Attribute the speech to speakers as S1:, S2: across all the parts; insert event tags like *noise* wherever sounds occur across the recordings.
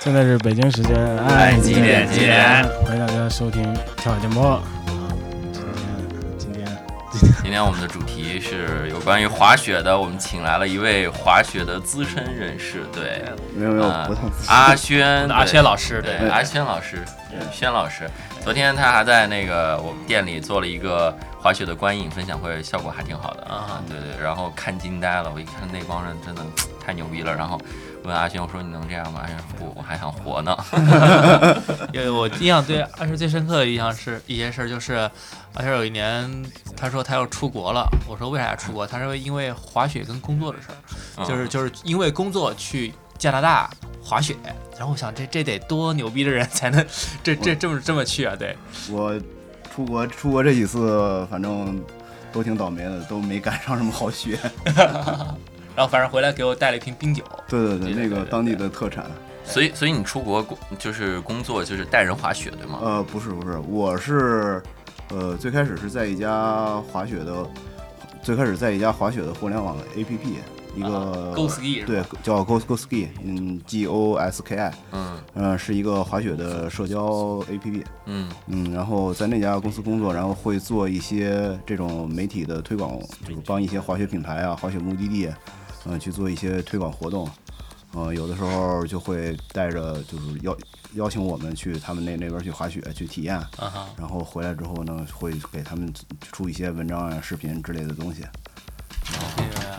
S1: 现在是北京时间哎
S2: 哎几点几点？
S1: 欢迎大家收听跳海电波。啊今天
S2: 今天我们的主题是有关于滑雪的，我们请来了一位滑雪的资深人士，对，呃
S3: 没有没有，不太自信。
S2: 阿轩，
S4: 阿
S2: 对
S4: 轩老师，对
S2: 对，阿轩老师，轩老师，昨天他还在那个我们店里做了一个滑雪的观影分享会，效果还挺好的啊
S4: 啊。
S2: 对对，然后看惊呆了，我一看那帮人真的太牛逼了，然后问阿轩我说你能这样吗？阿轩说不，我还想活呢。
S4: 因为我印象对阿轩最深刻的印象是一件事，就是阿轩有一年他说他要出国了，我说为啥要出国？他说因为滑雪跟工作的事
S3: 嗯
S4: 儿，
S2: 嗯
S4: 就是就是因为工作去加拿大滑雪。然后我想这这得多牛逼的人才能这这这么这么去啊？对，
S3: 我出国出国这几次，反正都挺倒霉的，都没赶上什么好雪。
S4: 然后反正回来给我带了一瓶冰酒，
S3: 对
S2: 对
S3: 对对，
S2: 对对
S3: 那个
S2: 对
S3: 当地的特产。
S2: 所以所以你出国工就是工作就是带人滑雪对吗？
S3: 呃，不是不是，我是呃最开始是在一家滑雪的，最开始在一家滑雪的互联网 APP，一个
S4: Go 啊 Ski 是吧
S3: 对叫 Go Go Ski，嗯，G O S K I，
S2: 嗯
S3: 嗯、呃，是一个滑雪的社交 APP。
S2: 嗯
S3: 嗯，然后在那家公司工作，然后会做一些这种媒体的推广，就是帮一些滑雪品牌啊、滑雪目的地，嗯、去做一些推广活动。呃，有的时候就会带着，就是邀邀请我们去他们那那边去滑雪去体验，
S4: 啊哈，
S3: 然后回来之后呢，会给他们出一些文章啊、视频之类的东西。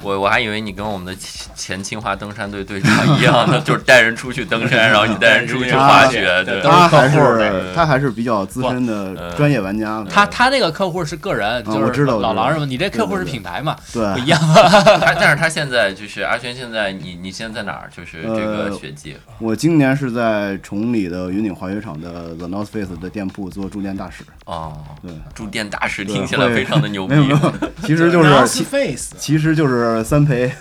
S2: 我我还以为你跟我们的前前清华登山队队长一样的，
S3: *laughs*
S2: 就是带人出去登山，然后你带人出去滑雪，对
S4: 都是
S3: 他还
S4: 客户呃儿
S3: 是他还是比较资深
S2: 呃
S3: 的专业玩家的，
S4: 他他那个客户是个人，
S3: 啊我
S4: 就是
S3: 知道我知道
S4: 老狼什么，你这客户是
S3: 对对对
S4: 品
S3: *laughs*
S4: 牌嘛，不
S3: 对
S4: 一样。 *laughs*
S2: 他但是他现在就是阿轩，现在你你现在在哪儿？就是这
S3: 呃
S2: 个雪季，
S3: 我今年是在崇礼的云顶滑雪场的 The North Face 的店铺做驻店大使。
S2: 哦，
S3: 对，
S2: 驻店大师
S3: 对
S2: 听起来
S3: 会
S2: 非常的牛逼
S3: *laughs* 没有，没有，其实就是其
S1: Face
S3: 其实就是三陪，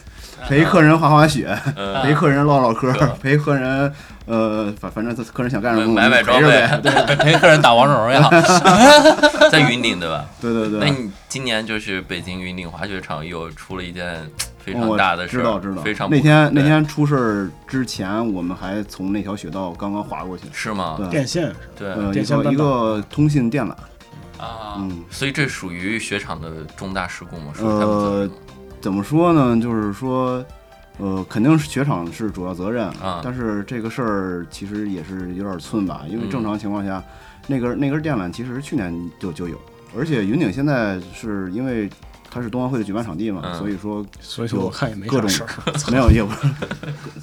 S3: 陪客人滑滑雪，
S2: 嗯
S3: 陪客人唠唠嗑
S2: 是，啊
S3: 陪客人呃，反反正他客人想干什么，
S2: 买买
S3: 我们就陪着
S2: *laughs*
S3: 呗。
S4: 陪客人打王者荣耀，
S2: 在云顶对吧？
S3: 对啊对
S2: 那
S3: 对，
S2: 你今年就是北京云顶滑雪场又出了一件非
S3: 我
S2: 常大的事儿，
S3: 知道知道。
S2: 非常不
S3: 那天那
S2: 对
S3: 天出事儿之前，我们还从那条雪道刚刚滑过去，
S2: 是吗？
S3: 对，
S1: 电线，
S2: 对，
S3: 呃，一
S1: 电线
S3: 个
S1: 绊
S3: 一个通信电缆，
S4: 啊，
S3: 嗯，
S2: 所以这属于雪场的重大事故吗？属于他们责任
S3: 呃
S2: 吗，
S3: 怎么说呢？就是说。呃，肯定是雪场是主要责任，
S2: 啊
S3: 但是这个事儿其实也是有点寸吧，因为
S2: 嗯
S3: 正常情况下，那根、那根电缆其实去年就就有，而且云顶现在是因为它是冬奥会的举办场地嘛，
S2: 嗯
S3: 所以
S2: *laughs*
S3: 说
S1: 所以说我看也没啥
S3: 各种
S1: 事儿。
S3: 没有业务，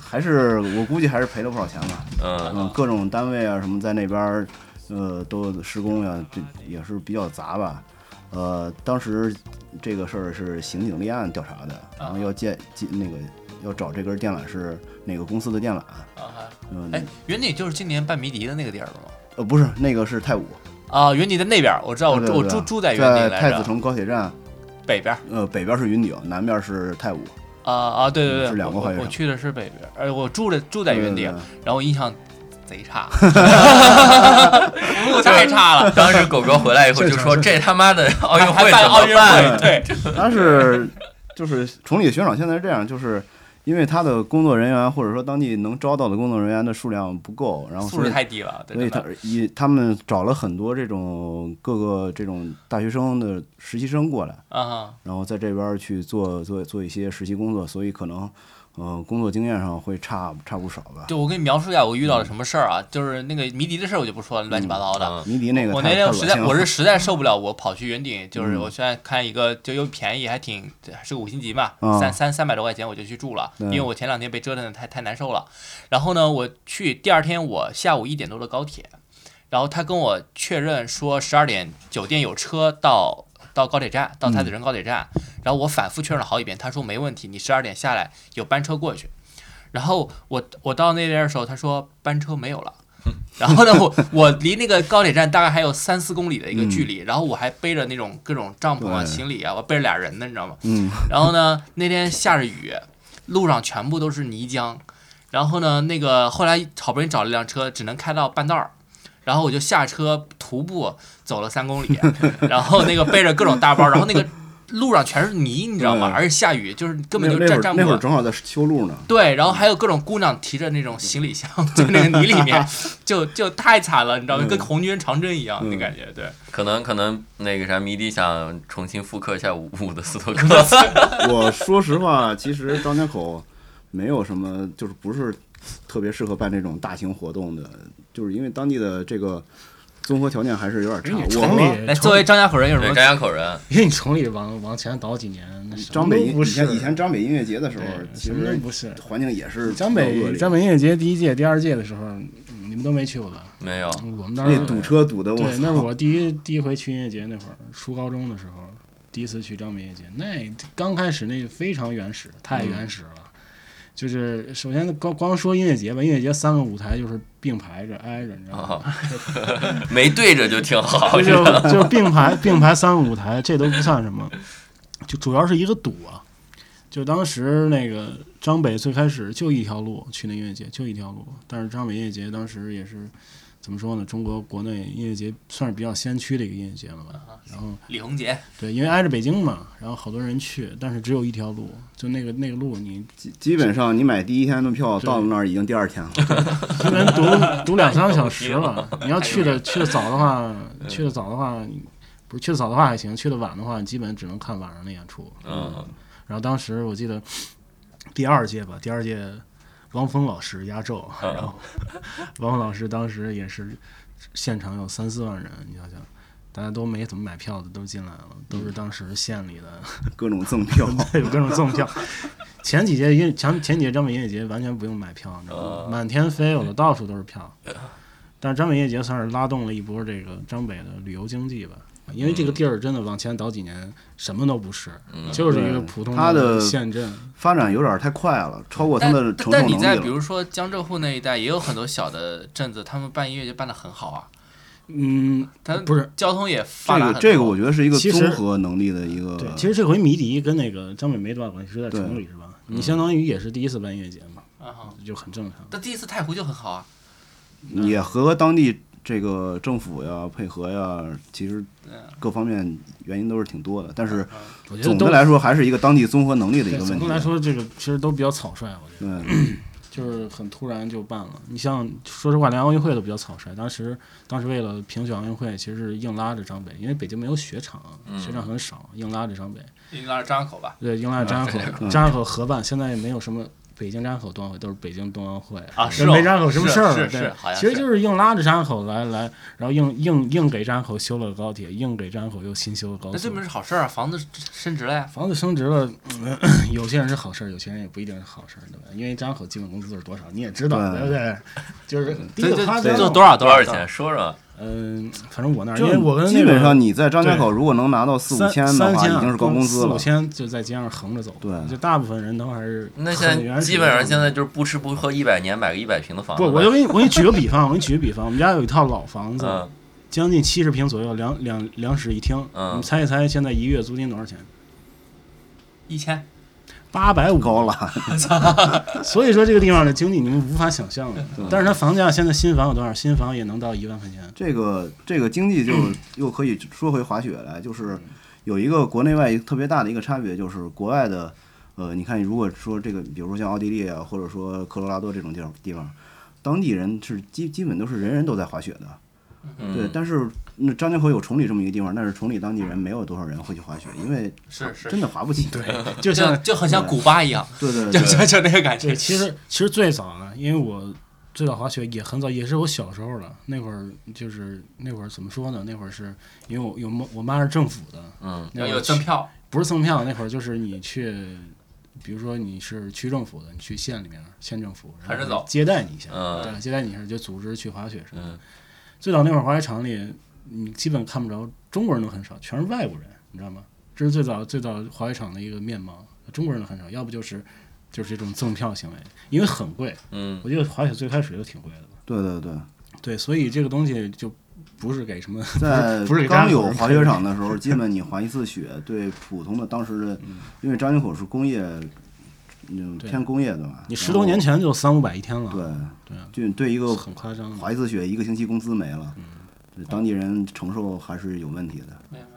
S3: 还是我估计还是赔了不少钱吧。
S2: 嗯，
S3: 嗯，各种单位啊什么在那边儿，呃，都施工呀、这也是比较杂吧。呃，当时这个事儿是刑警立案调查的，然后要建进那个要找这根电缆是哪个公司的电缆，
S4: 啊
S3: 嗯、
S4: 哎，云顶就是今年办迷笛的那个地儿了吗？
S3: 呃，不是那个是太武，
S4: 啊，云顶的那边儿，我知道，我
S3: 对对
S4: 我
S3: 对
S4: 住住在云
S3: 在
S4: 顶来
S3: 太子
S4: 着，
S3: 城高铁站，
S4: 北边儿
S3: 呃，北边是云顶，南边是太武，
S4: 啊啊，对对
S3: 是
S4: 对，
S3: 两
S4: 我
S3: 个滑雪
S4: 我我
S3: 场
S4: 去的是北边儿，呃，我住的住在云
S3: 对
S4: 顶
S3: 对，
S4: 然后我印象
S3: *laughs*
S4: 贼差，服务 *laughs* 太差
S2: *laughs*
S4: 了，
S2: 当时狗狗回来以后
S1: *laughs*
S2: 就说：“这他妈的奥运
S4: 还
S2: 会怎
S4: 哦还办
S2: 么
S4: 奥运
S2: 办
S4: 会，
S3: *laughs*
S4: 对，
S3: 但是就是崇礼学长现在是这样，就是因为他的工作人员或者说当地能招到的工作人员的数量不够，然后哦
S4: 素
S3: 所
S4: 质
S3: 以
S4: 太低了，对
S3: 所以他
S4: 真的
S3: 以他们找了很多这种各个这种大学生的实习生过来，
S4: 啊，
S3: 然后在这边儿去做做做一些实习工作，所以可能呃工作经验上会差差不少吧。
S4: 就我给你描述一下我遇
S3: 嗯
S4: 到了什么事儿啊，就是那个迷笛的事儿我就不说了，乱七八糟的。
S2: 嗯
S3: 迷笛那个
S4: 我
S3: 太太
S4: 那天
S3: 恶
S4: 实在
S3: 心了
S4: 我
S3: *laughs*
S4: 是实在受不了，我跑去云顶，就是
S3: 嗯
S4: 我现在看一个就又便宜，还挺还是个五星级嘛，
S3: 啊
S4: 三三三百多块钱我就去住了，
S3: 嗯
S4: 因为我前两天被折腾的太太难受了。然后呢，我去第二天我下午一点多的高铁，然后他跟我确认说十二点酒店有车到到高铁站，到
S3: 嗯
S4: 太子城高铁站。然后我反复确认了好几遍，他说没问题，你十二点下来有班车过去。然后我我到那边的时候，他说班车没有了。
S3: 嗯
S4: *laughs* 然后呢，我我离那个高铁站大概还有三四公里的一个距离，然后我还背着那种各种帐篷啊、
S3: 嗯对
S4: 行李啊，我背着俩人呢，你知道吗？
S3: 嗯，
S4: *laughs* 然后呢，那天下着雨，路上全部都是泥浆。然后呢，那个后来好不容易找了辆车，只能开到半道儿。然后我 *laughs* 就下车徒步走了三公里，然后那个背着各种大包，然后那个路上全是泥，你知道吗？
S3: 对
S4: 而且下雨，就是根本就
S3: 嗯那那会
S4: 站
S3: 儿
S4: 站不
S3: 那会儿
S4: 稳。
S3: 正好在修路
S4: *laughs*
S3: 呢，
S4: 对，然后还有各种姑娘提着那种行李箱在那个泥里面，
S3: *laughs*
S4: 就就太惨了，你知道吗？
S3: 嗯
S4: 跟红军长征一样，那
S3: 嗯
S4: 感觉对。
S2: 可能可能那个啥，迷弟想重新复刻一下五五的斯托克斯，
S3: 我说实话，其实张家口没有什么，就是不是特别适合办这种大型活动的，就是因为当地的这个综合条件还是有点差。
S1: 你
S3: 我
S1: 城
S3: 和
S1: 里
S4: 来，哎作为张家口人有什
S2: 对张
S4: 么？
S2: 家口人，
S1: 因为你城里往往前倒几年，那什
S3: 张
S1: 么
S3: 北
S1: 都
S3: 音
S1: 不
S3: 以
S1: 是
S3: 前以前张北音乐节的时候
S1: 对，
S3: 其
S1: 什么都
S3: 实
S1: 不是。
S3: 环境也是
S1: 张
S3: 比较恶
S1: 北
S3: 劣
S1: 张北音乐节第一届、第二届的时候，嗯你们都没去过吧？
S2: 没有，
S1: 我们当时
S3: 啊那堵车堵的我
S1: 对，那是
S3: 操
S1: 我第一第一回去音乐节那会儿，初高中的时候，第一次去张北音乐节，那刚开始那非常原始，太
S3: 嗯
S1: 原始了。就是首先光光说音乐节吧，音乐节三个舞台就是并排着挨着，你知道吗？
S2: 啊， *laughs* 没对着就挺 *laughs* 好，
S1: 嗯 *laughs* 就是
S2: 吧？
S1: 就并排 *laughs* 并排三个舞台，这都不算什么，就主要是一个堵啊。就当时那个张北最开始就一条路去那音乐节，就一条路。但是张北音乐节当时也是怎么说呢？中国国内音乐节算是比较先驱的一个音乐节了吧。然后
S4: 李洪杰，
S1: 对，因为挨着北京嘛，然后好多人去，但是只有一条路，就那个那个路你
S3: 基基本上你买第一天的票，
S1: 对
S3: 到了那儿已经第二天了。
S1: 基本堵堵两三个小时
S2: *laughs*
S1: 了。
S2: 哎
S1: 你要去的去的早的话，
S2: 嗯
S1: 去的早的话，你不是去的早的话还行，去的晚的话，你基本只能看晚上的演出。
S2: 嗯，
S1: 然后当时我记得第二届吧，第二届汪峰老师压轴，
S2: 嗯 *laughs*
S1: 然后汪峰老师当时也是现场有三四万人，你想想。大家都没怎么买票的，都进来了，都是当时县里的，
S3: 各种
S1: *laughs*
S3: 赠票，
S1: 有各种赠票。前几届音前前几届张北音乐节完全不用买票，你知道吗？
S2: 啊
S1: 满天飞，有的到处都是票。但是张北音乐节算是拉动了一波这个张北的旅游经济吧，因为这个地儿真的往前倒几年什么都不是，
S2: 嗯
S1: 就是一个普通
S3: 它的
S1: 县镇。
S3: 发展有点太快了，超过他
S4: 但
S3: 们的承受
S4: 但
S3: 能力
S4: 你在
S3: 了
S4: 比。如说江浙沪那一带，也有很多小的镇子，他们办音乐节办得很好啊，
S1: 嗯，
S4: 他
S1: 不是
S4: 交通也发
S3: 这
S4: 达
S3: 个
S4: 很
S3: 这个，
S4: 多
S3: 我觉得是一个
S1: 其实
S3: 综合能力的一个。
S1: 对，其实这回迷笛跟那个张北没多大关系，是在城里是吧？你相当于也是第一次办音乐节嘛，
S4: 啊哈。
S1: 就很正常。
S4: 但第一次太湖就很好啊，
S3: 也和当地这个政府呀配合呀，其实
S4: 啊
S3: 各方面原因都是挺多的。但是
S1: 啊我觉得
S3: 总
S1: 都
S3: 的来说，还是一个当地综合能力的一
S1: 对
S3: 个问
S1: 总
S3: 题啊
S1: 的。来说，这个其实都比较草率，我觉得
S3: 嗯，
S1: 就是很突然就办了。你像说实话，连奥运会都比较草率。当时当时为了评选奥运会，其实是硬拉着张北，因为北京没有雪场，
S4: 嗯
S1: 雪场很少，硬拉着张北。
S4: 你拉着张家口吧。
S1: 对，英拉张
S4: *laughs*
S1: 家
S4: 啊
S1: 口，张家口合办，现在也没有什么北京张家口冬奥会，都是北京冬奥会
S4: 啊是
S1: 这没
S4: 哦
S1: 张家口什么
S4: 是
S1: 事儿，
S4: 是
S1: 对
S4: 是好像
S1: 其实
S4: 是
S1: 就是硬拉着张家口来来，然后硬硬硬给张家口修了个高铁，硬给张家口又新修了高
S4: 那
S1: 速
S4: 这。不是好事儿啊，房子升值了呀。
S1: 房子升值了， *coughs* 嗯有些人是好事儿，有些人也不一定是好事儿，对吧？因为张家口基本工资是多少，你也知道，
S3: 对
S1: 对不对？就是第一
S4: 这
S1: 个
S4: 这
S1: 夸
S4: 这
S1: 张，
S4: 就多少
S2: 多
S4: 少
S2: 少
S4: 钱？
S2: 钱？说说，
S1: 嗯，反正我那儿，因
S3: 就
S1: 为我跟那
S3: 基
S1: 个
S3: 本上你在张家
S1: 对
S3: 口如果能拿到四
S1: 三
S3: 五千
S1: 三
S3: 的话，
S1: 千啊
S3: 已经是高工
S1: 四
S3: 资
S1: 五
S3: 了。
S1: 千就在街上横着走，
S3: 对
S1: 就大部分人都还是
S2: 那
S1: 很
S2: 现
S1: 原
S2: 在
S1: 始
S2: 基本上
S1: 的
S2: 现在就是不吃不喝一百年，买个一百平的房子
S1: 不，
S2: 呗。
S1: 我就给你，我给你举个比方，我给你举个比方，我们家有一套老房子，
S2: 嗯，
S1: 将近七十平左右，两两两室一厅，
S2: 嗯
S1: 你们猜一猜，现在一个月租金多少钱？
S4: 一千，
S1: 八百五
S3: 高，了，
S1: 所以说这个地方的经济你们无法想象的。但是它房价现在新房有多少？新房也能到一万块钱。
S3: 这个这个经济就
S4: 嗯
S3: 又可以说回滑雪来，就是有一个国内外一个特别大的一个差别，就是国外的，呃，你看，如果说这个，比如说像奥地利啊，或者说科罗拉多这种地方地方，当地人是基基本都是人人都在滑雪的，
S2: 嗯
S3: 对，但是那张家口有崇礼这么一个地方，但是崇礼当地人没有多少人会去滑雪，因为
S4: 是是
S3: 真的滑不起。
S1: 对，就
S4: 就
S1: 像
S4: 就很像古巴一样，
S3: 对
S4: *laughs*
S3: 对
S4: 就
S3: 对
S4: 就就那个感觉
S1: 对，。其实其实最早呢，因为我最早滑雪也很早，也是我小时候了。那会儿就是那会儿怎么说呢？那会儿是因为我有妈我妈是政府的，
S2: 嗯，
S1: 那
S4: 要
S1: 会儿
S4: 有赠
S1: 去
S4: 票，
S1: 不是赠票，那会儿就是你去，比如说你是区政府的，你去县里面县政府，
S4: 还
S1: 然
S4: 是
S1: 后
S4: 走
S1: 接待你一下，
S2: 嗯
S1: 对，接待你一下就组织去滑雪什么的。
S2: 嗯
S1: 最早那会儿滑雪场里，你基本看不着中国人都很少，全是外国人，你知道吗？这是最早最早滑雪场的一个面貌，中国人都很少，要不就是就是这种赠票行为，因为很贵，
S2: 嗯，
S1: 我记得滑雪最开始就挺贵的吧，
S3: 对对对，
S1: 对，所以这个东西就不是给什么，
S3: 在
S1: 不是给
S3: 刚
S1: 张家口
S3: 有
S1: 人
S3: 滑
S1: 开
S3: 雪
S1: 的
S3: 场的时候，基本你滑一次雪，对普通的当时的，
S1: 嗯
S3: 因为张家口是工业，嗯，
S1: 对
S3: 偏工业的嘛。
S1: 你
S3: 然
S1: 十多年
S3: 后
S1: 前就三五百一天了，对啊
S3: 对，就对一个
S1: 很嗯夸张的。
S3: 滑一次雪一个星期工资没了，对当地人承受还是有问题的。
S4: 明白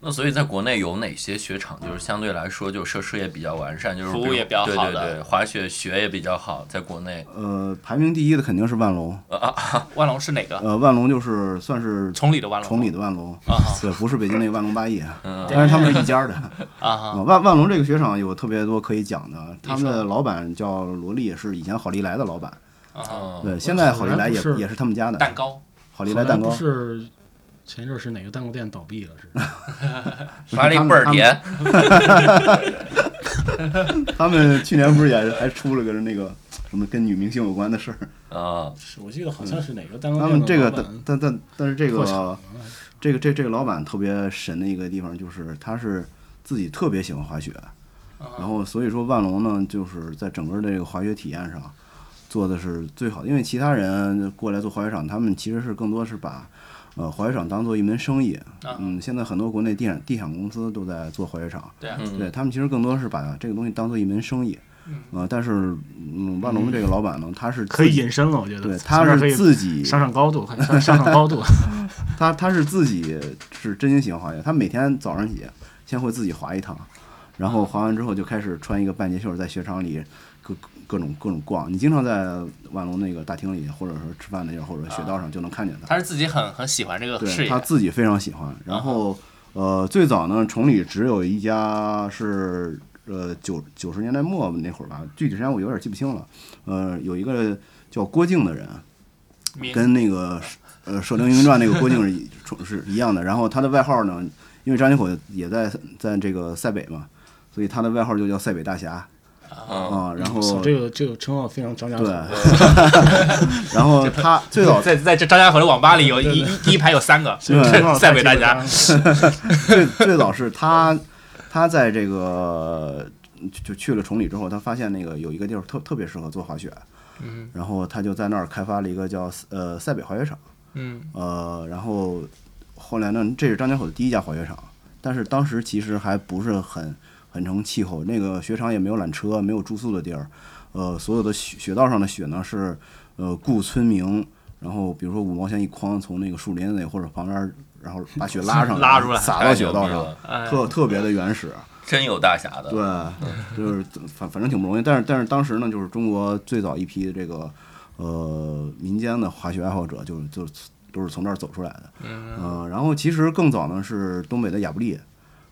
S2: 那所以在国内有哪些雪场就是相对来说就设施也比较完善，就是
S4: 服务
S2: 比如
S4: 也比较
S2: 对
S4: 好
S2: 对
S4: 的
S2: 对，滑雪雪也比较好，在国内
S3: 呃，排名第一的肯定是万
S1: 啊
S3: 隆，
S4: 万隆是哪个？
S3: 呃，万隆就是算是
S4: 崇礼的万隆。
S3: 崇礼的万隆，
S4: 啊哈
S3: 对，不是北京那个万隆八亿，
S1: 嗯
S3: 但是他们是一家的。
S4: 啊哈
S3: 啊，万万隆这个雪场有特别多可以讲的，他们
S4: 你
S3: 的老板叫罗莉，是以前好利来的老板，
S4: 啊哈！
S2: 嗯，
S3: 对，现在好利来也
S1: 好利来不是
S3: 也是他们家的
S4: 蛋糕
S3: 好利来蛋糕
S1: 不，是前一阵儿是哪个蛋糕店倒闭了是？
S2: 发了一倍儿甜，
S3: *laughs* 他们去年不是也还出了个那个什么跟女明星有关的事儿，
S2: 嗯，
S1: 是我记得好像是哪哦个蛋糕
S3: *laughs* 嗯
S1: 店的
S3: 他们这个
S1: 老板
S3: 但但但但是这
S1: 破产了
S3: 个这个这这个老板特别神的一个地方就是他是自己特别喜欢滑雪，
S1: 啊
S3: 然后所以说万隆呢就是在整个这个滑雪体验上做的是最好的，因为其他人过来做滑雪场，他们其实是更多是把呃滑雪场当做一门生意，
S4: 啊，
S3: 嗯，现在很多国内地产地产公司都在做滑雪场，
S4: 对啊，
S2: 嗯
S3: 对他们其实更多是把这个东西当做一门生意，
S4: 嗯
S3: 呃，但是嗯，万隆的这个老板呢，他是
S1: 可以
S3: 自己，
S1: 隐身了，我觉得
S3: 对，
S1: 从
S3: 他
S1: 这儿可
S3: 是
S1: 以
S3: 自己
S1: 上上高度，上上上高度。
S3: 他他是自己是真心喜欢滑雪，他每天早上起先会自己滑一趟，然
S1: 嗯
S3: 后滑完之后就开始穿一个半截袖儿在雪场里各各种各种逛。你经常在万隆那个大厅里，或者说吃饭的地儿，或者雪道上就能看见他。
S4: 他是自己很很喜欢这个事
S3: 对
S4: 业
S3: 他自己非常喜欢。然后呃，最早呢，崇礼只有一家是呃九九十年代末那会儿吧，具体时间我有点记不清了。呃，有一个叫郭靖的人，
S4: 民
S3: 跟那个呃《射雕英雄传》那个郭靖是一 *laughs* 是一样的。然后他的外号呢，因为张家口也在在这个塞北嘛，所以他的外号就叫塞北大侠
S2: 嗯，
S3: 啊、然后
S1: 操这个这个称号非常张家口
S3: 对， *laughs* 然后他最早
S4: 在在这张家口的网吧里有一一第一排有三个，
S1: 这个称
S3: *laughs*
S4: *laughs*
S1: 号
S4: 塞北
S1: 太
S4: 大
S1: 鸡巴
S4: 家
S1: *laughs* 张了
S3: 最最早是他他在这个就就去了崇礼之后，他发现那个有一个地儿特特别适合做滑雪，
S4: 嗯
S3: 然后他就在那儿开发了一个叫呃塞北滑雪场。
S4: 嗯
S3: 呃，然后后来呢，这是张家口的第一家滑雪场，但是当时其实还不是很很成气候，那个雪场也没有缆车，没有住宿的地儿，呃，所有的雪雪道上的雪呢是呃雇村民，然后比如说五毛钱一筐，从那个树林里或者旁边儿，然后把雪拉上
S4: *laughs* 拉出来
S3: 撒
S2: 太
S3: 到
S2: 牛
S3: 雪道
S2: 逼
S3: 上，
S2: 了
S4: 哎
S3: 特特别的原始。
S2: 真有大侠的，
S3: 对，就是反反正挺不容易。但是但是当时呢，就是中国最早一批的这个呃民间的滑雪爱好者就，就都是从这儿走出来的。嗯、然后其实更早呢是东北的亚布力，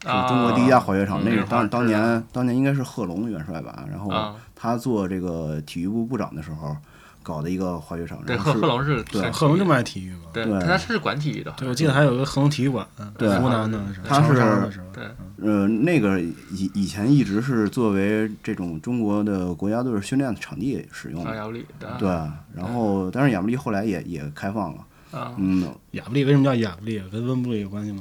S3: 是中国第一家滑雪场，
S2: 啊
S3: 那
S4: 嗯
S3: 是当
S4: 我知道
S3: 当年当年应该是贺龙元帅吧，然后
S4: 啊
S3: 他做这个体育部部长的时候搞的一个滑雪场，
S4: 对
S3: 然后
S4: 贺
S3: 是
S4: 贺龙是
S3: 对
S4: 算
S1: 贺龙这么爱体育吗？
S4: 对，
S3: 对
S4: 但他是管体育的，
S1: 对，我记得还有一个贺龙体育馆，嗯
S3: 对
S1: 湖南的是吧，
S3: 他是
S1: 长沙的是吧？
S4: 对
S3: 呃，那个以以前一直是作为这种中国的国家队训练场地使用的
S4: 张。小李啊的
S3: 对，然
S4: 嗯
S3: 后但是亚布力后来也也开放了，
S4: 啊，
S3: 嗯，
S1: 亚布力为什么叫亚布力？跟温布利有关系
S3: *laughs*
S1: 吗？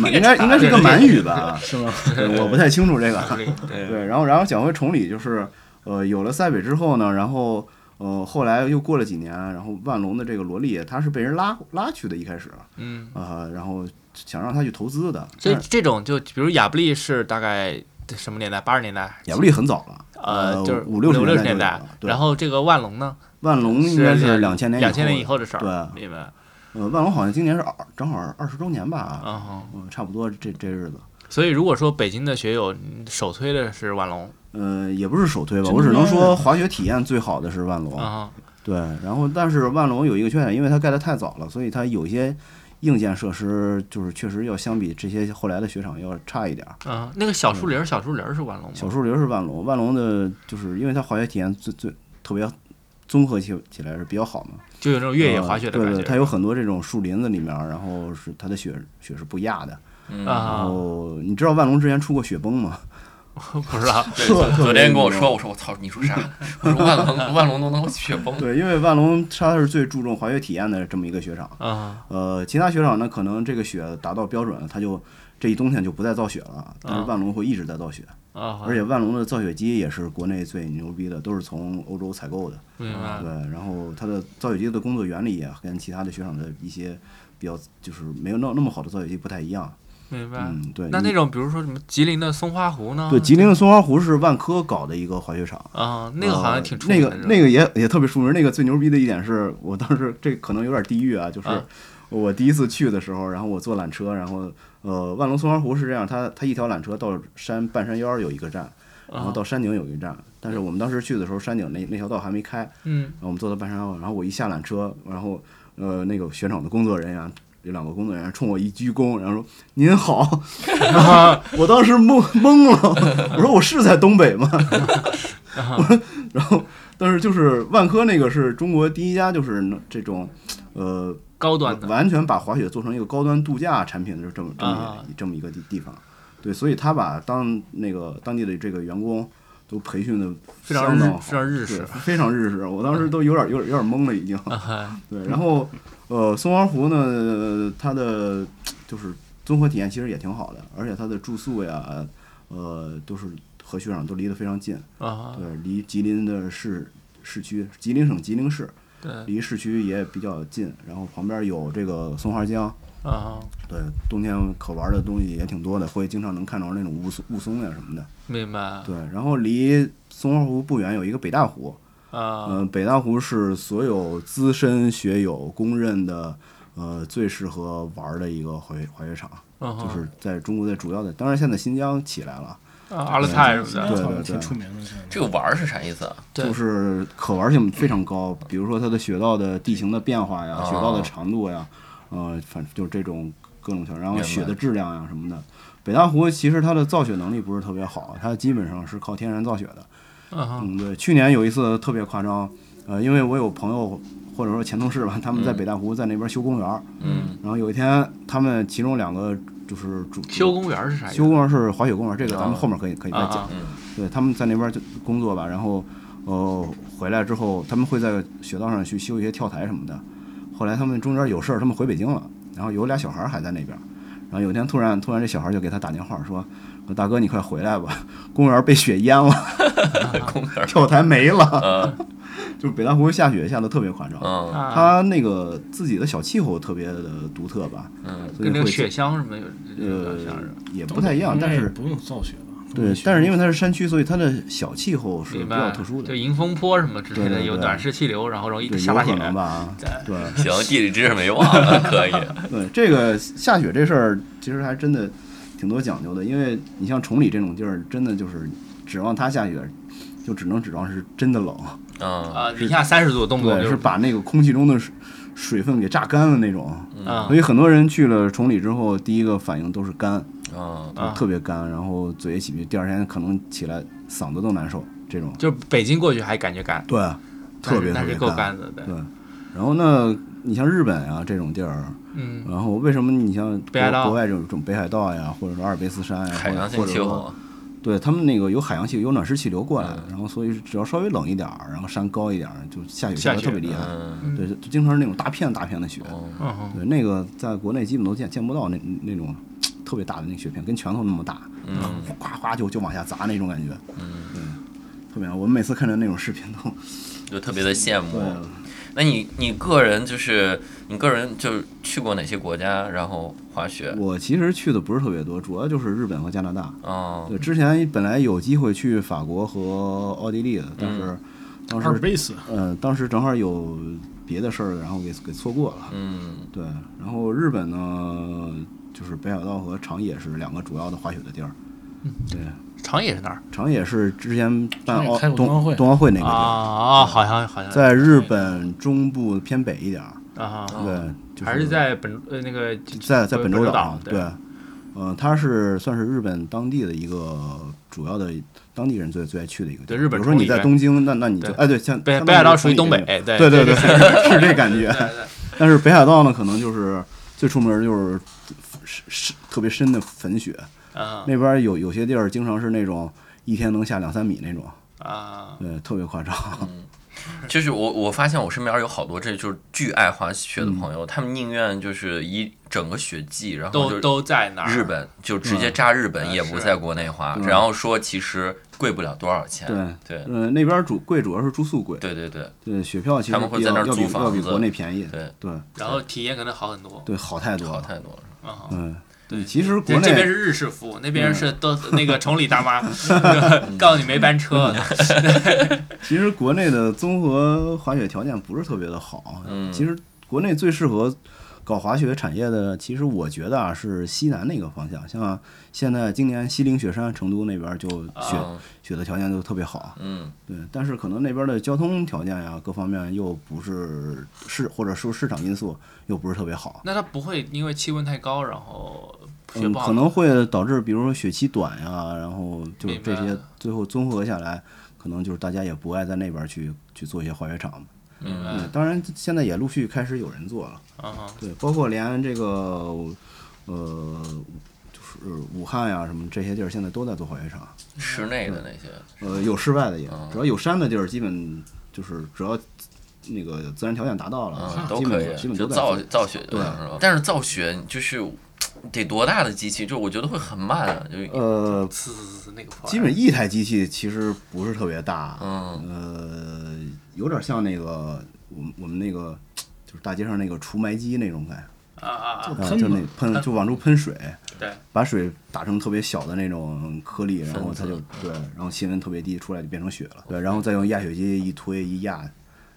S3: 满应该应该是个满语吧，
S1: 是吗？
S3: 对我不太清楚这个。
S4: 对
S3: *laughs*
S4: 对
S3: 对，然后然后讲回崇礼，就是呃有了塞北之后呢，然后呃后来又过了几年，然后万隆的这个罗莉他是被人拉拉去的，一开始
S4: 嗯，
S3: 啊、然后想让他去投资的，
S4: 所以
S3: 但是
S4: 这种就比如亚布力是大概什么年代？八十年代，
S3: 亚布力很早了，
S4: 呃，就是
S3: 五
S4: 六
S3: 十
S4: 十
S3: 年
S4: 年
S3: 代
S4: 代
S3: 就有了，。对
S4: 然，后这个万隆呢，
S3: 万隆应该是两千年
S4: 两千年
S3: 以
S4: 以后的事儿，
S3: 对
S4: 明白？
S3: 呃，万隆好像今年是二正好二十周年吧，
S4: 啊，
S3: 嗯，差不多这这日子。
S4: 所以如果说北京的学友嗯首推的是万隆
S3: 呃，也不是首推吧，
S1: 真
S3: 我只能
S1: 的
S3: 说滑雪体验最好的是万隆。
S4: 啊，
S3: 对，然后但是万隆有一个缺点，因为它盖得太早了，所以它有一些硬件设施就是确实要相比这些后来的雪场要差一点儿。
S4: 啊，那个小树林儿，小树林儿是万隆
S3: 小
S4: 吗？
S3: 树林是万隆，万隆的就是因为它滑雪体验最最特别综合起起来是比较好嘛，
S4: 就有那种越野滑雪的
S3: 呃
S4: 感
S3: 对
S4: 觉
S3: 对，，它有很多这种树林子里面，然后是它的雪雪是不压的。
S2: 嗯，
S3: 然
S4: 啊，
S3: 后你知道万隆之前出过雪崩
S4: *laughs*
S3: 吗？
S4: 不
S3: *laughs*
S4: 知道，
S2: 对，昨昨天跟我说，我说我操，你说啥？我说万隆万隆都能雪崩，
S3: 对，因为万隆它是最注重滑雪体验的这么一个雪场。
S4: 啊，
S3: 呃，其他雪场呢，可能这个雪达到标准了，它就这一冬天就不再造雪了。但是
S4: 啊
S3: 万隆会一直在造雪，
S4: 啊，
S3: 而且万隆的造雪机也是国内最牛逼的，都是从欧洲采购的。
S4: 明白
S3: 对，，然后它的造雪机的工啊作原理也跟其他的雪场的一些比较，就是没有那那么好的造雪机不太一样。
S4: 明白。
S3: 嗯，对。
S4: 那那
S3: 你
S4: 种比如说什么吉林的松花湖呢？
S3: 对吉林的松花湖是万科搞的一个滑雪场，
S4: 啊，那个好像挺出
S3: 呃
S4: 名
S3: 那
S4: 的
S3: 个那个也也特别出名。那个最牛逼的一点是我当时这可能有点地狱啊，就是
S4: 啊
S3: 我第一次去的时候，然后我坐缆车，然后呃，万隆松花湖是这样，它它一条缆车到山半山腰儿有一个站，然后
S4: 啊
S3: 到山顶有一个站，但是我们当时去的时候，山顶那那条道还没开，
S4: 嗯
S3: 然后我们坐到半山腰，然后我一下缆车，然后呃那个雪场的工作人员。有两个工作人员冲我一鞠躬，然后说：“您好。”我当时懵懵了，我说：“我是在东北吗？” *laughs* 然后，但是就是万科那个是中国第一家，就是能这种，呃，
S4: 高端的
S3: 完全把滑雪做成一个高端度假产品的这么这么
S4: 啊
S3: 一这么一个地地方。对，所以他把当那个当地的这个员工都培训的
S4: 非常
S3: 相
S4: 日
S3: 当好
S4: 非常日式
S3: 对，非常日式。我当时都有点有点有点懵了，已经。
S4: *laughs* 啊哈
S3: 对，然后呃，松花湖呢，呃它的就是综合体验其实也挺好的，而且它的住宿呀，呃，都是和雪场都离得非常近。
S4: 啊
S3: 对，离吉林的市市区，吉林省吉林市
S4: 对
S3: 离市区也比较近，然后旁边有这个松花江，
S4: 啊，
S3: 对，冬天可玩的东西也挺多的，会经常能看到那种雾凇雾凇呀什么的。
S4: 明白
S3: 对，然后离松花湖不远有一个北大湖，嗯、
S4: 啊
S3: 北大湖是所有资深学友公认的。呃，最适合玩的一个滑雪滑雪场，
S4: 嗯
S3: 就
S4: 哼
S3: 是在中国的主要的，当然现在新疆起来了，
S4: 啊阿勒泰什么
S1: 现
S4: 的
S1: 在
S3: 嗯对
S1: 好像
S3: 对
S1: 挺
S3: 对
S1: 出名的，现在
S2: 这个玩儿是啥意思啊？
S4: 对
S3: 就是可玩性非常高，比如说它的雪道的地形的变化呀，
S4: 啊
S2: 哦
S3: 雪道的长度呀，呃，反正就是这种各种条，然后
S2: 明白
S3: 雪的质量呀什么的。北大湖其实它的造雪能力不是特别好，它基本上是靠天然造雪的。
S4: 啊哈
S3: 嗯，对，去年有一次特别夸张，呃，因为我有朋友或者说前同事吧，他们在
S2: 嗯
S3: 北大湖在那边修公园儿，
S2: 嗯，
S3: 然后有一天他们其中两个就是主
S4: 修公园是啥意思？
S3: 修公园是滑雪公园，这个咱们
S2: 哦
S3: 后面可以可以再
S4: 啊
S3: 讲。
S4: 啊
S3: 对，他们在那边儿就工作吧，然后呃回来之后，他们会在雪道上去修一些跳台什么的。后来他们中间有事儿，他们回北京了，然后有俩小孩儿还在那边儿。然后有一天突然突然这小孩儿就给他打电话说：“说大哥，你快回来吧，公园儿被雪淹了，
S2: 公园儿，
S3: *laughs* 跳台没了。
S2: 呃”
S3: *laughs* 就是北大湖下雪下的特别夸张，
S2: 嗯
S4: 啊，
S3: 它那个自己的小气候特别的独特吧，
S2: 嗯，
S3: 所以
S4: 跟那个
S3: 会
S4: 雪乡什么有有
S3: 呃
S4: 点像是
S3: 也不太一样，
S1: 应该
S3: 但
S1: 也
S3: 是
S1: 不用造雪吧？
S3: 对，但是因
S1: 为
S3: 为它是山区，所以它的小气候是
S4: 明
S3: 比
S4: 白
S3: 较特殊的
S4: 就。迎风坡什么之类
S3: 对
S4: 的，
S3: 对
S4: 有
S3: 对
S4: 暖湿气流，然后容易
S3: 对，
S4: 下
S3: 有
S4: 大
S3: 可
S4: 雪。
S3: 能吧啊
S4: 对，
S3: 对
S2: 行，地理知识没忘了，可以。
S3: 对，这个下雪这事儿其实还真的挺多讲究的，因为你像崇礼这种地儿，真的就是指望它下雪，就只能指望是真的冷，
S2: 嗯，
S4: 啊，零下三十度，动不动
S3: 对，
S4: 就是
S3: 把那个空气中的水水分给榨干了那种。
S4: 啊
S3: 所以很多人去了崇礼之后，第一个反应都是干，
S2: 嗯，
S3: 就
S4: 啊
S3: 特别干，然后嘴起皮，第二天可能起来嗓子都难受这种。
S4: 就北京过去还感觉干，
S3: 对，特别特
S4: 那是那
S3: 别
S4: 是够干的，对
S3: 对，然后呢，你像日本啊这种地儿，
S4: 嗯，
S3: 然后为什么你像
S4: 北海
S3: 国
S4: 道
S3: 国外这种这种北海道呀，或者说阿尔卑斯山呀，
S2: 海
S3: 或者
S2: 洋性
S3: 哎或者
S2: 气
S3: 说
S2: 候，嗯
S3: 对他们那个有海洋气有暖湿气流过来，然后所以只要稍微冷一点儿，然后山高一点儿，就下雪
S4: 下
S3: 下的
S4: 雪
S3: 特别厉害，
S2: 嗯，
S3: 对，就经常是那种大片大片的雪，
S2: 哦
S4: 嗯哼
S3: 对，那个在国内基本都见见不到那那种嘖特别大的那个雪片，跟拳头那么大，
S2: 嗯
S3: 哗哗哗就就往下砸那种感觉，
S2: 嗯，
S3: 特别好。我们每次看着那种视频都，
S2: 就特别的羡慕。
S3: 对，啊
S2: 那你你个人就是你个人就是去过哪些国家，然后滑雪？
S3: 我其实去的不是特别多，主要就是日本和加拿大。
S2: 嗯
S3: 对，之前本来有机会去法国和奥地利的，但是当
S1: 二
S3: 时
S1: 贝斯
S3: 呃，当时正好有别的事儿，然后给给错过了。
S2: 嗯
S3: 对，然后日本呢，就是北海道和长野是两个主要的滑雪的地儿。对，
S4: 长野是哪儿
S3: 长野是之前办
S1: 长野
S3: 奥
S1: 开过
S3: 冬
S1: 冬奥会
S3: 冬奥会那个地儿，
S4: 啊？啊，好像好像
S3: 在日本中部偏北一点儿。
S4: 啊，
S3: 对，就是
S4: 还是在本呃那个
S3: 在在
S4: 本
S3: 本
S4: 本州
S3: 州啊
S4: 岛对
S3: 对，呃，它是算是日本当地的一个主要的当地人最最爱去的一个地
S4: 对
S3: 儿。
S4: 日本
S3: 比如说
S4: 崇
S3: 你
S4: 礼
S3: 在
S4: 呗
S3: 东京，那那你就
S4: 对
S3: 哎对，像
S4: 北
S3: 相
S4: 北
S3: 当
S4: 海道
S3: 于
S4: 属于
S3: 崇
S4: 东
S3: 礼
S4: 北
S3: 这，
S4: 哎对
S3: 对
S4: 对 *laughs*
S3: 对， *laughs* 是这感觉。
S4: 对
S3: 但是北海道呢，可能就是最出名儿就是深深特别深的粉雪，
S4: 啊
S3: 那边儿有有些地儿经常是那种一天能下两三米那种，
S4: 啊
S3: 对，特别夸张。
S2: 就是我我发现我身边有好多这就是巨爱滑雪
S3: 嗯
S2: 的朋友，他们宁愿就是一整个雪季，然后
S4: 都
S2: 就
S4: 都在哪儿？
S2: 日本就直接扎日本，
S4: 嗯
S2: 也不
S4: 是
S2: 在国内滑，然后说其实贵不了多少钱。
S3: 嗯对
S2: 对
S4: 嗯
S3: 呃，那边儿主贵主要是住宿贵，
S2: 对对对
S3: 对，雪票其实
S2: 他们会
S3: 比
S2: 在
S3: 要
S2: 那儿
S3: 要
S2: 租
S3: 比要
S2: 房
S3: 比
S2: 子
S3: 国内便宜，
S2: 对
S3: 对
S4: 然后体验可能好很多
S3: 对，好太多
S2: 好
S3: 了。
S2: 太多了。
S4: 啊
S3: 嗯，
S2: 对，
S3: 其实国
S4: 这
S3: 内嗯
S4: 这边是日式服务，那边是都那个崇礼大妈，
S3: *laughs*
S4: 告诉你没班车，
S3: 嗯其实国内的综合滑雪条件不是特别的好。
S2: 嗯
S3: 其实国内最适合搞滑雪产业的，其实我觉得啊是西南那个方向。像现在今年西岭雪山，成都那边就雪、
S2: 啊
S3: 雪的条件就特别好。
S2: 嗯
S3: 对，但是可能那边的交通条件呀，各方面又不是市或者说市场因素又不是特别好。
S4: 那它不会因为气温太高，然后学
S3: 嗯，
S4: 不好。
S3: 可能会导致，比如说雪期短呀，然后就是
S4: 明白
S3: 这些
S4: 了，
S3: 最后综合下来，可能就是大家也不爱在那边去去做一些滑雪场嘛。
S4: 明白
S3: 嗯，当然现在也陆续开始有人做了，
S4: 嗯哼，
S3: 对，包括连这个，呃，就是武汉呀、什么这些地儿，现在都在做滑雪场，
S2: 室内的那些，
S3: 呃，有室外的也
S2: 哦，
S3: 只要有山的地儿，基本就是只要那个自然条件达到
S2: 嗯
S3: 了，，
S2: 都
S3: 基
S2: 可
S3: 本基
S2: 以，
S3: 本
S2: 就
S3: 都在
S2: 造
S3: 做
S2: 造雪就
S3: 对
S2: 是吧？但是造雪就是得多大的机器，就我觉得会很慢啊，就
S3: 呃，
S4: 呲呲呲那个破玩意儿
S3: 基本一台机器其实不是特别大，
S2: 嗯
S3: 呃，有点像那个我们我们那个就是大街上那个除霾机那种感觉。
S4: 啊啊啊，
S3: 啊，
S1: 喷
S3: 就
S1: 嘛
S3: 那喷就往出喷水，
S4: 对，
S3: 把水打成特别小的那种颗粒，然后它
S2: 分子
S3: 就对，然后气温特别低，出来就变成雪了，对，然后再用压雪机一推一压，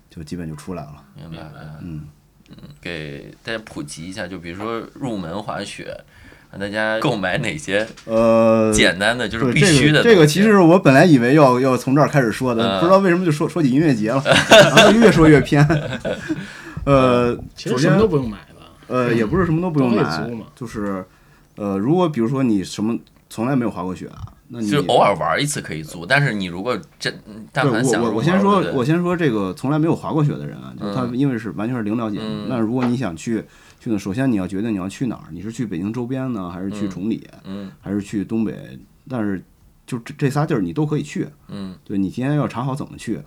S3: 就基本就出来了。
S2: 明白了。
S3: 嗯，
S2: 给大家普及一下，就比如说入门滑雪，让大家购买哪些
S3: 呃，
S2: 简单的，就是
S3: 对
S2: 必须的
S3: 这个。这
S2: 东
S3: 个
S2: 西
S3: 其实我本来以为要要从这儿开始说的，
S2: 嗯
S3: 不知道为什么就说说起音乐节了，然后就越说
S2: *laughs*
S3: 越偏。呃，
S1: 其
S3: 首
S1: 实什
S3: 先
S1: 么都不用买吧，
S2: 嗯
S3: 呃，也不是什么都不用
S1: 都可以
S3: 买
S1: 租嘛，
S3: 就是呃，如果比如说你什么从来没有滑过雪啊，那你呃
S2: 就偶尔玩一次可以租，但是你如果真但
S3: 对
S2: 凡想
S3: 我我
S2: 入
S3: 我先
S2: 门
S3: 说
S2: 对，不
S3: 我
S2: 对
S3: 先说这个从来没有滑过雪的人啊，就是他
S2: 嗯
S3: 因为是完全是零了解的。
S2: 嗯
S3: 那如果你想去去呢，首先你要决定你要去哪儿，你是去北京周边呢，还是去
S2: 嗯
S3: 崇礼，
S2: 嗯
S3: 还是去东北？但是就这这仨地儿你都可以去，
S2: 嗯
S3: 对你提前要查好怎么去，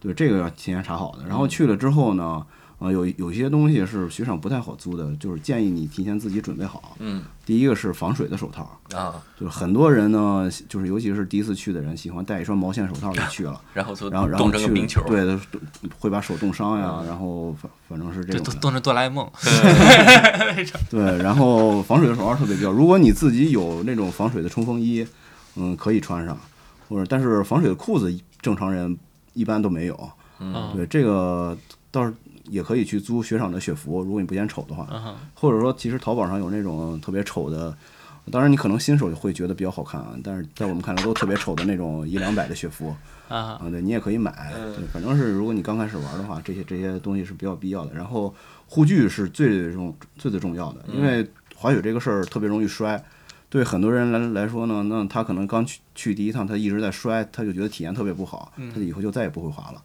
S3: 对这个要提前查好的。然
S2: 嗯
S3: 后去了之后呢，呃，有有些东西是雪场不太好租的，就是建议你提前自己准备好。
S2: 嗯
S3: 第一个是防水的手套，
S2: 啊，
S3: 就是很多人呢，就是尤其是第一次去的人，喜欢带一双毛线手套就
S2: *laughs*
S3: 去了。
S2: 然后就
S3: 然后然后
S2: 冻成
S3: 去
S2: 个冰球，嗯
S3: 对，都会把手冻伤呀，然后反反正是这
S4: 这
S3: 种
S4: 都
S3: 的，
S4: 都是哆啦 A 梦，
S3: 对，然后防水的手套特别必要。如果你自己有那种防水的冲锋衣，嗯，可以穿上，或者但是防水的裤子正常人一般都没有，
S2: 嗯
S3: 对，这个倒是也可以去租雪场的雪服，如果你不嫌丑的话，
S4: 嗯哼，
S3: 或者说其实淘宝上有那种特别丑的。当然，你可能新手会觉得比较好看啊，但是在我们看来都特别丑的那种一两百的雪服，
S4: 啊，
S3: 啊，对你也可以买，
S2: 嗯
S3: 对，反正是如果你刚开始玩的话，这些这些东西是比较必要的。然后护具是最重最最重要的，
S2: 嗯
S3: 因为滑雪这个事儿特别容易摔。对很多人来来说呢，那他可能刚去去第一趟，他一直在摔，他就觉得体验特别不好，
S2: 嗯
S3: 他以后就再也不会滑了。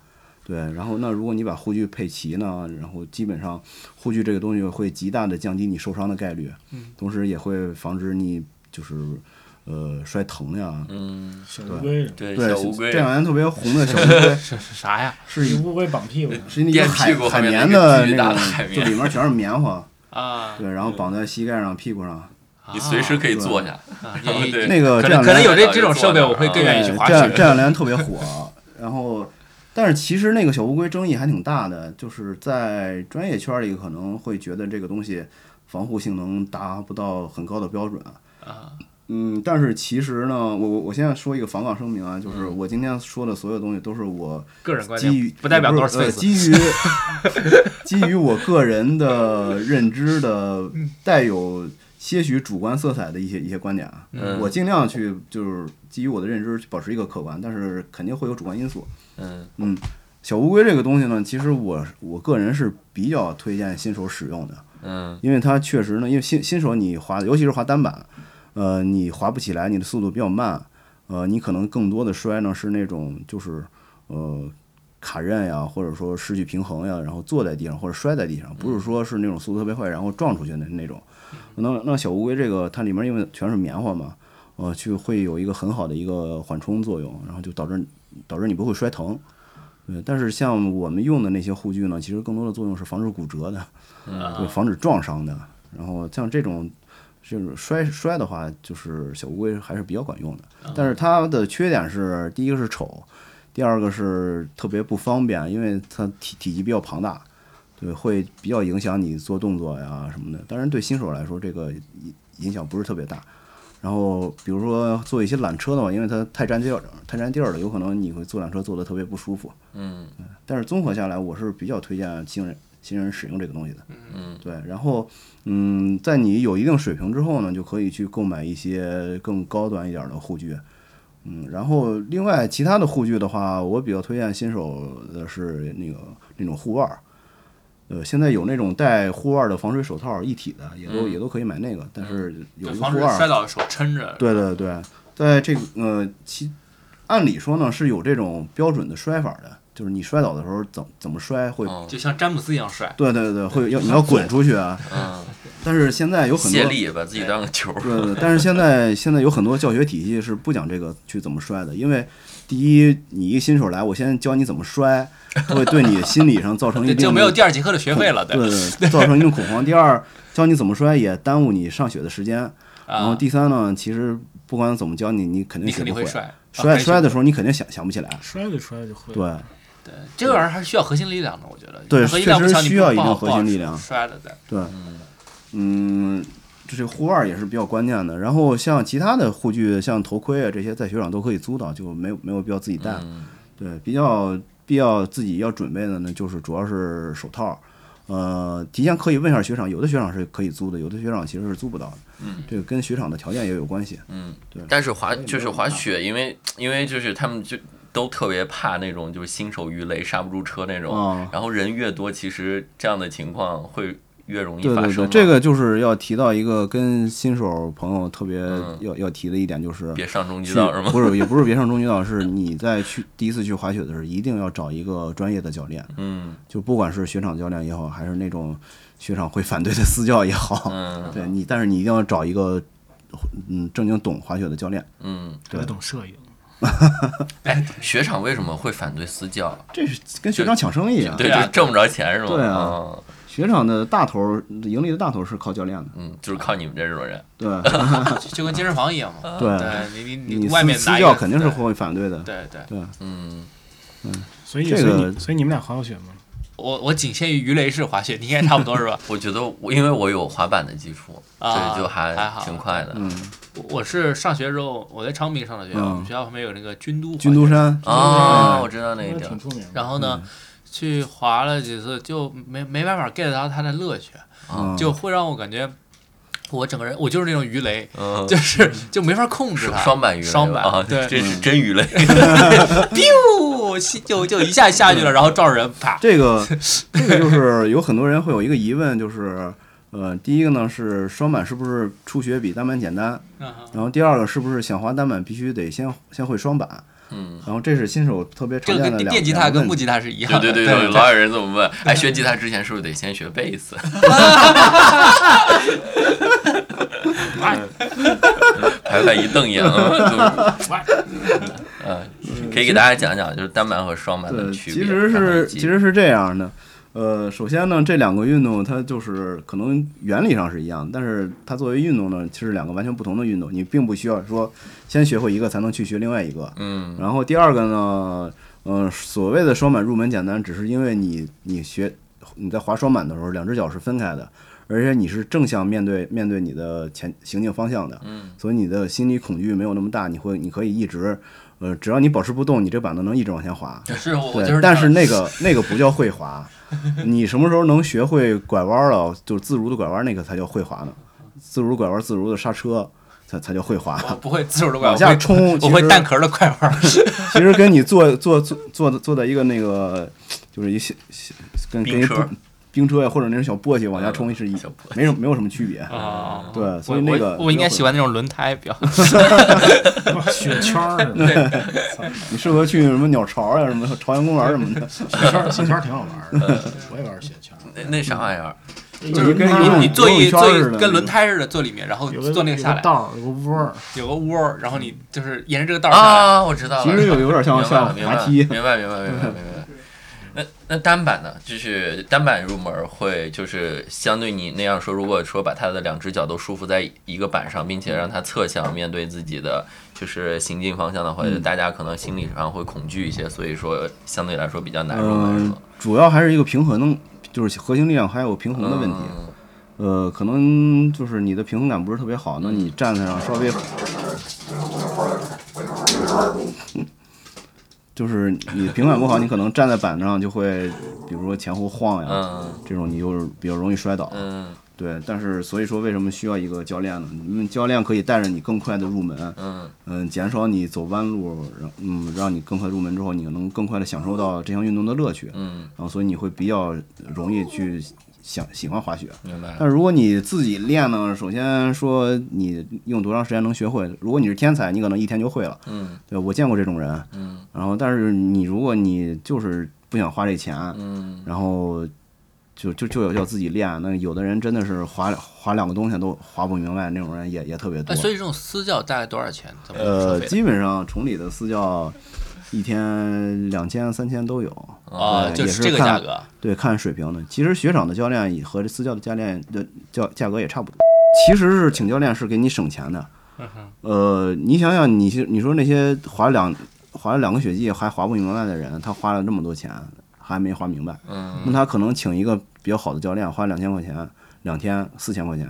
S3: 对，然后那如果你把护具配齐呢，然后基本上护具这个东西会极大的降低你受伤的概率，
S2: 嗯
S3: 同时也会防止你就是呃摔疼呀，
S2: 嗯，
S1: 小乌龟什么
S2: 对，
S3: 对，
S2: 小乌龟
S3: 这两啊年特别红
S2: *laughs*
S3: 的小乌龟
S4: 是是啥呀？
S3: 是
S1: 一乌龟绑屁股上，
S3: 是那个海
S2: 垫屁股
S3: 海
S2: 后面
S3: 绵
S2: 那
S3: 的
S2: 个巨大
S3: 那
S2: 的
S3: 种
S2: 海，绵
S3: 就里面全是棉花，
S4: 啊，
S3: 对，然后绑在膝盖上、屁股上。
S2: 你随时可以坐下，
S4: 啊也也
S2: 对
S3: 那个
S4: 可
S3: 这两
S4: 能可能
S3: 年
S4: 有这这种设备，我会更
S3: 对
S4: 愿意去滑
S3: 这两这
S4: 雪。
S3: 两年特别火，然后。但是其实那个小乌龟争议还挺大的，就是在专业圈里可能会觉得这个东西防护性能达不到很高的标准，
S4: 啊，
S3: 嗯，但是其实呢，我我我现在说一个反纲声明啊，就是
S2: 嗯
S3: 我今天说的所有东西都是我
S4: 个人观
S3: 基于
S4: 点不代表
S3: 不是
S4: North
S3: 呃
S4: Face。
S3: 基于
S4: *laughs*
S3: 基于我个人的认知的带有些许主观色彩的一些一些观点啊，
S2: 嗯
S3: 我尽量去就是基于我的认知去保持一个客观，但是肯定会有主观因素。
S2: 嗯
S3: 嗯，小乌龟这个东西呢，其实我我个人是比较推荐新手使用的，
S2: 嗯
S3: 因为它确实呢，因为新新手你滑，尤其是滑单板，呃，你滑不起来，你的速度比较慢，呃，你可能更多的摔呢是那种就是呃卡刃呀，或者说失去平衡呀，然后坐在地上或者摔在地上，不是说是那种速度特别快然后撞出去的那种。那那小乌龟这个它里面因为全是棉花嘛，呃，就会有一个很好的一个缓冲作用，然后就导致导致你不会摔疼。对，但是像我们用的那些护具呢，其实更多的作用是防止骨折的。对，
S4: 啊
S3: 防止撞伤的。然后像这种这种摔摔的话，就是小乌龟还是比较管用的。但是它的缺点是，第一个是丑，第二个是特别不方便，因为它体体积比较庞大。对，会比较影响你做动作呀什么的。当然，对新手来说，这个影影响不是特别大。然后，比如说做一些缆车的话，因为它太占地儿，太占地儿了，有可能你会坐缆车坐得特别不舒服。
S2: 嗯
S3: 但是综合下来，我是比较推荐新人新人使用这个东西的。
S2: 嗯
S3: 对，然后嗯，在你有一定水平之后呢，就可以去购买一些更高端一点的护具。嗯，然后另外其他的护具的话，我比较推荐新手的是那个那种护腕儿。呃，现在有那种带护腕儿的防水手套一体的，也都、
S2: 嗯
S3: 也都可以买那个，但是有一个
S4: 防
S3: 护
S4: 止
S3: 腕儿
S4: 摔倒的手撑着。
S3: 对对对，在这个呃，其按理说呢是有这种标准的摔法的，就是你摔倒的时候怎怎么摔会，
S2: 嗯
S4: 就像詹姆斯一样帅，
S3: 对对对，会要你要滚出去啊。 *laughs*
S2: 嗯，
S3: 但是现在有很多
S2: 卸力把自己当个球儿。
S3: 对，但是现在现在有很多教学体系是不讲这个去怎么摔的，因为第一，你一个新手来，我先教你怎么
S4: *laughs*
S3: 摔，会对你心理上造成一
S4: 对，
S3: 定
S4: 就
S3: 的
S4: 没有第二节课的学费了，
S3: 对对，造成一定恐慌。第二，教你怎么摔也耽误你上学的时间。然后
S4: 啊，
S3: 第三呢，其实不管怎么教你，你肯定
S4: 你
S3: 学
S4: 肯
S3: 不
S4: 定
S3: 会。
S4: 会摔，
S3: 摔
S4: 啊
S3: 摔的时候，你肯定想想不起来。
S1: *laughs* 摔着摔着就会。
S3: 对，
S4: 对，这个玩意儿还是需要核心力量的，我觉得。
S3: 对
S4: 核心力量
S3: 确
S4: 不
S3: 实
S4: 强，你
S3: 需
S4: 不
S3: 要一
S4: 不好
S3: 定核心力量
S4: 不好摔了再。
S3: 对，嗯，这这护腕儿也是比较关键的。然后像其他的护具，像头盔啊这些，在雪场都可以租到，就没有没有必要自己带。
S2: 嗯
S3: 对，比较必要自己要准备的呢，就是主要是手套。呃，提前可以问一下雪场，有的雪场是可以租的，有的雪场其实是租不到的。
S2: 嗯，
S3: 这个跟雪场的条件也有关系。
S2: 嗯
S3: 对，
S2: 但是滑就是
S3: 啊
S2: 滑雪，因为因为就是他们就都特别怕那种就是新手遇雷刹不住车那种，
S3: 啊、
S2: 然后人越多，其实这样的情况会越容易
S3: 对
S2: 发
S3: 对
S2: 生
S3: 对，
S2: 嘛。
S3: 这个就是要提到一个跟新手朋友特别
S2: 嗯
S3: 要、要提的一点，就是
S2: 别上中级
S3: 去
S2: 道是吗？
S3: 不是，也不是别上中级道，是你在去第一次去滑雪的时候，一定要找一个专业的教练，
S2: 嗯
S3: 就不管是雪场教练也好，还是那种雪场会反对的私教也好，
S2: 嗯
S3: 对你，但是你一定要找一个嗯正经懂滑雪的教练。
S2: 嗯，
S1: 还
S3: 对
S1: 懂摄影，
S4: 哎，
S2: 雪场为什么会反对私教？
S3: 这是跟雪场抢生意啊！
S2: 对，
S4: 啊
S2: 就挣不着钱是吗？
S3: 对啊
S2: 嗯
S3: 雪场的大头儿盈利的大头儿是靠教练的，
S2: 嗯，就是靠你们这种人。
S3: 对
S4: 就就跟健身房一样嘛。
S3: 对，
S4: 对你你
S3: 嗯你
S4: 外面
S3: 私
S4: 拿
S3: 私
S4: 一个
S3: 教肯定是会反对的。
S4: 对对，
S2: 嗯，
S1: 所以
S3: 这
S1: 所以
S3: 个
S1: 你所以你们俩滑过雪吗？
S4: 我我仅限于鱼雷式滑雪， *laughs* 你应该差不多是吧？
S2: 我觉得我因为我有滑板的基础，所
S4: 啊
S2: 以就
S4: 还好
S2: 挺快的。
S3: 嗯，
S4: 我我是上学的时候，我在昌平上的学，
S3: 嗯
S4: 我们学校旁边有那个军都滑雪
S3: 军都，山嗯
S2: 哦，我知道那
S1: 应
S2: 个
S1: 该
S2: 地儿
S1: 挺。出名的。
S4: 然后呢，去滑了几次就没没办法 get 到它的乐趣，
S3: 嗯
S4: 就会让我感觉我整个人我就是那种鱼雷，
S2: 嗯，
S4: 就是就没法控制它。
S2: 双双板鱼雷吧，
S4: 双板
S2: 啊
S4: 对
S2: 这
S3: 嗯
S2: 是真鱼雷。
S4: *laughs* 咻，吸就就一下下
S3: 嗯
S4: 去了，然后撞人，啪。
S3: 这
S4: *laughs*
S3: 个这个就是有很多人会有一个疑问，就是呃，第一个呢是双板是不是初学比单板简单？
S4: 嗯
S3: 然后第二个是不是想滑单板必须得先先会双板？
S2: 嗯，
S3: 然后这是新手特别
S4: 这
S3: 常
S4: 个
S3: 见的
S4: 跟
S3: 两
S4: 电吉他跟木
S3: 吉
S4: 吉他是一样
S2: 对
S4: 的，
S2: 对对
S4: 对
S2: 老有人这么问，哎，学吉他之前是不是得先学贝斯？哎排排一瞪眼，嗯就是嗯，可以给大家讲讲，就是单板和双板的
S3: 对，
S2: 区
S3: 其
S2: 别。
S3: 实
S2: 然后以
S3: 是
S2: 及
S3: 其实是这样的。呃，首先呢，这两个运动它就是可能原理上是一样，但是它作为运动呢，是两个完全不同的运动。你并不需要说先学会一个才能去学另外一个。
S2: 嗯
S3: 然后第二个呢，呃，所谓的双板入门简单，只是因为你你学你在滑双板的时候，两只脚是分开的，而且你是正向面对面对你的前行进方向的，
S2: 嗯
S3: 所以你的心理恐惧没有那么大，你会你可以一直，呃，只要你保持不动，你这板子能一直往前滑。
S4: 对，是 *laughs* 我我就
S3: 对，
S4: 是这样，
S3: 但是那个那个不叫会
S4: *laughs*
S3: 滑，你什么时候能学会拐弯了，就是自如的拐弯，那个才叫会滑呢。自如拐弯，自如的刹车，才才叫会滑。
S4: *laughs* 我不会自首的拐
S3: 往下
S4: 弯，
S3: 冲，
S4: 我
S3: 其
S4: 会
S3: 实
S4: 蛋壳的拐弯。
S3: *laughs* 其实跟你坐坐坐坐的坐在一个那个，就是一小小跟跟
S2: 冰
S3: 一
S2: 车
S3: 不冰车呀，或者那种小簸箕往下冲是一
S2: 小簸箕
S3: 没什么没有什么区别。
S4: 啊
S3: 对所以那个
S4: 我我应该喜欢那种轮胎 *laughs* 比较。
S1: *laughs* 雪圈儿
S4: *laughs*
S1: 是吧？
S3: 你适合去什么鸟巢啊呀、什么朝阳公园什么
S2: *laughs*
S3: 的，
S1: 雪圈儿雪圈儿挺好玩儿的，我也玩雪圈儿。
S2: 那那啥玩意儿？
S1: 就是
S3: 跟
S1: 那
S3: 游泳
S4: 嗯你坐
S3: 游
S4: 一
S3: 泳圈
S4: 坐
S3: 似的
S4: 一跟轮胎似的坐里面，然后
S1: 有个
S4: 坐那个嗯
S1: 有
S4: 下来，
S1: 道儿有个窝儿，
S4: 有个窝儿，然后你就是沿着这个道儿下来。
S2: 啊，我知道了。
S3: 其实有有点像
S2: 明白了
S3: 像滑梯。
S2: 明白明白明白明白明白。
S3: *laughs*
S2: 那那单板呢？就是单板入门会，就是相对你那样说，如果说把他的两只脚都束缚在一个板上，并且让他侧向面对自己的就是行进方向的话，
S3: 嗯
S2: 大家可能心理上会恐惧一些，所以说相对来说比较难入门，是
S3: 嗯
S2: 吗？，
S3: 主要还是一个平衡就是核心力量还有平衡的问题。
S2: 嗯
S3: 呃，可能就是你的平衡感不是特别好，那你站在上稍微， *laughs* 就是你平衡感不好，你可能站在板子上就会，比如说前后晃呀，
S2: 嗯
S3: 这种你就是比较容易摔倒。
S2: 嗯
S3: 对，但是所以说为什么需要一个教练呢？因为教练可以带着你更快的入门，
S2: 嗯
S3: 嗯，减少你走弯路，让嗯让你更快入门之后，你能更快的享受到这项运动的乐趣，然
S2: 嗯，
S3: 后所以你会比较容易去想喜欢滑雪。
S2: 明白了。
S3: 但如果你自己练呢，首先说你用多长时间能学会？如果你是天才，你可能一天就会了。
S2: 嗯
S3: 对，我见过这种人。
S2: 嗯
S3: 然后，但是你如果你就是不想花这钱，
S2: 嗯
S3: 然后就就就要自己练。啊那有的人真的是滑滑两个东西都滑不明白，那种人也也特别多
S4: 哎那。所以这种私教大概多少钱？怎么收
S3: 呃，
S4: 费的？
S3: 基本上崇礼的私教一天两千、三千都有。
S2: 嗯
S4: 啊，
S3: 对
S4: 就
S3: 也
S4: 是
S3: 是
S4: 这个
S3: 看
S4: 价格。
S3: 对，看水平的。其实雪场的教练也和这私教的教练的教价格也差不多。其实是请教练是给你省钱的。
S4: 嗯
S3: 呃，你想想你，你说那些滑两滑了两个雪季还滑不明白的人，他花了那么多钱还没滑明白，
S2: 嗯
S3: 那他可能请一个比较好的教练，花两千块钱，两天四千块钱，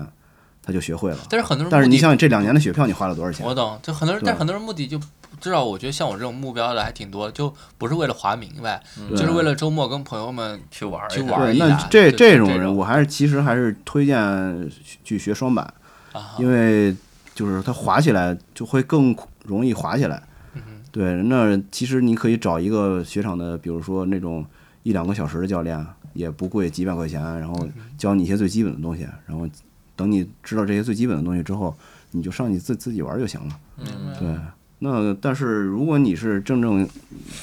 S3: 他就学会了。
S4: 但是很多人，
S3: 但是你，想想这两年的雪票你花了多少钱？
S4: 我懂，就很多人，
S3: 对
S4: 但是很多人目的就至少我觉得像我这种目标的还挺多，就不是为了滑明白，
S3: 对
S4: 就是为了周末跟朋友们
S2: 去玩儿
S4: 去
S2: 一下
S4: 玩儿
S3: 对，
S4: 一
S3: 那
S4: 下
S3: 这
S4: 对
S3: 这种
S4: 这
S3: 人，
S4: 种
S3: 我还是其实还是推荐去学双板，
S4: 啊，
S3: 因为就是它滑起来就会更容易滑起来。
S4: 嗯
S3: 对，那其实你可以找一个雪场的，比如说那种一两个小时的教练，也不贵，几百块钱，然
S4: 嗯
S3: 后教你一些最基本的东西，然后等你知道这些最基本的东西之后，你就上去自自己玩就行了。
S4: 明
S2: 嗯
S4: 白
S3: 对，那但是如果你是正正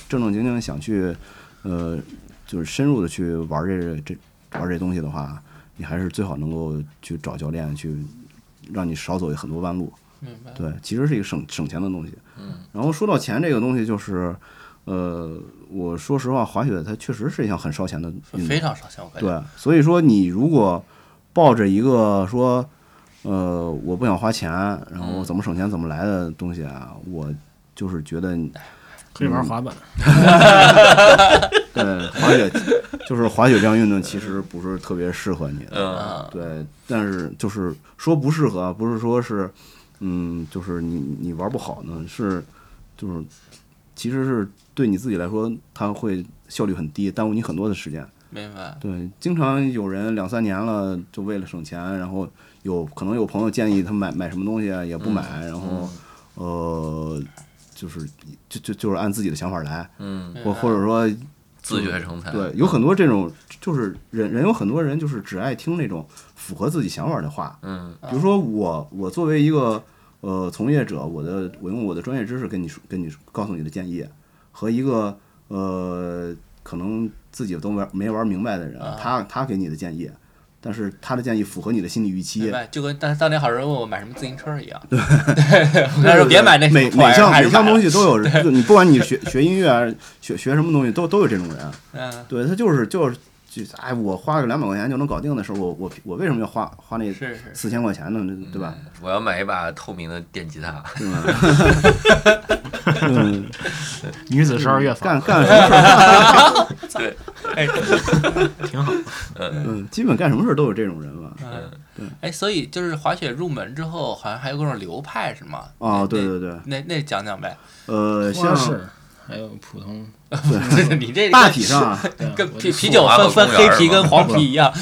S3: 正正经经想去，呃，就是深入的去玩这这玩这东西的话，你还是最好能够去找教练去，让你少走很多弯路。
S4: 明白。
S3: 对，其实是一个省省钱的东西。嗯，然后说到钱这个东西，就是，呃，我说实话，滑雪它确实是一项很烧钱的运
S4: 非
S3: 动。
S4: 常少钱，我感觉。
S3: 对，所以说你如果抱着一个说，呃，我不想花钱，然后怎么省钱怎么来的东西啊，我就是觉得，
S1: 可以玩滑板，
S3: 呃，滑雪 *laughs* 就是滑雪这项运动其实不是特别适合你的。
S2: 嗯
S4: 嗯，
S3: 对，但是就是说不适合啊，不是说是，嗯，就是你你玩不好呢，是就是其实是对你自己来说，它会效率很低，耽误你很多的时间。
S4: 明白。
S3: 对，经常有人两三年了，就为了省钱，然后有可能有朋友建议他买买什么东西啊，也不买，
S2: 嗯
S3: 然后呃，就是就就就是按自己的想法来，
S2: 嗯，
S3: 或或者说
S2: 自学成才。
S3: 对，有很多这种就是人人有很多人就是只爱听那种符合自己想法的话，
S2: 嗯
S3: 比如说我，我作为一个呃从业者，我的我用我的专业知识跟你说，跟你说告诉你的建议，和一个呃可能自己都玩没玩明白的人，
S4: 啊
S3: 他他给你的建议，但是他的建议符合你的心理预期
S4: 明，白，就跟当当年好多人问我买什么自行车
S3: *laughs*
S4: 一样，对，我跟他说别买那
S3: 每
S4: 破玩
S3: 每
S4: 意儿啊
S3: 项
S4: 还
S3: 每
S4: 是
S3: 项
S4: 买
S3: 东
S4: 了
S3: 西都
S4: *laughs*
S3: 有，就你不管你学学音乐啊，学学什么东西，都都有这种人，
S4: 嗯，
S3: 对他就是就是就是哎，我花个两百块钱就能搞定的时候，我我我为什么要花花那
S4: 是是
S3: 四千块钱呢？对吧？
S2: 嗯我要买一把透明的电吉他。
S3: 对吧？嗯，
S1: 女 *laughs* 子十二乐坊
S3: 干干什么事儿？
S2: 对，
S4: 哎
S1: 挺好。
S3: 嗯，基本干什么事儿都有这种人吧？
S4: 哎，所以就是滑雪入门之后，好像还有各种流派是吗？
S3: 哦
S4: 那，
S3: 对对对，
S4: 那那讲讲呗，
S3: 呃，
S1: 花
S3: 像
S1: 式还有普通，
S4: *laughs* 你这
S3: 大体上啊，
S1: 对啊
S4: 跟
S1: 我
S4: 啤
S1: 就
S4: 啤
S2: 说
S4: 酒
S2: 啊
S4: 分分
S2: 公园
S4: 黑
S2: 儿
S4: 啤
S2: 嘛
S4: 跟黄啤一
S3: *laughs*
S4: 样，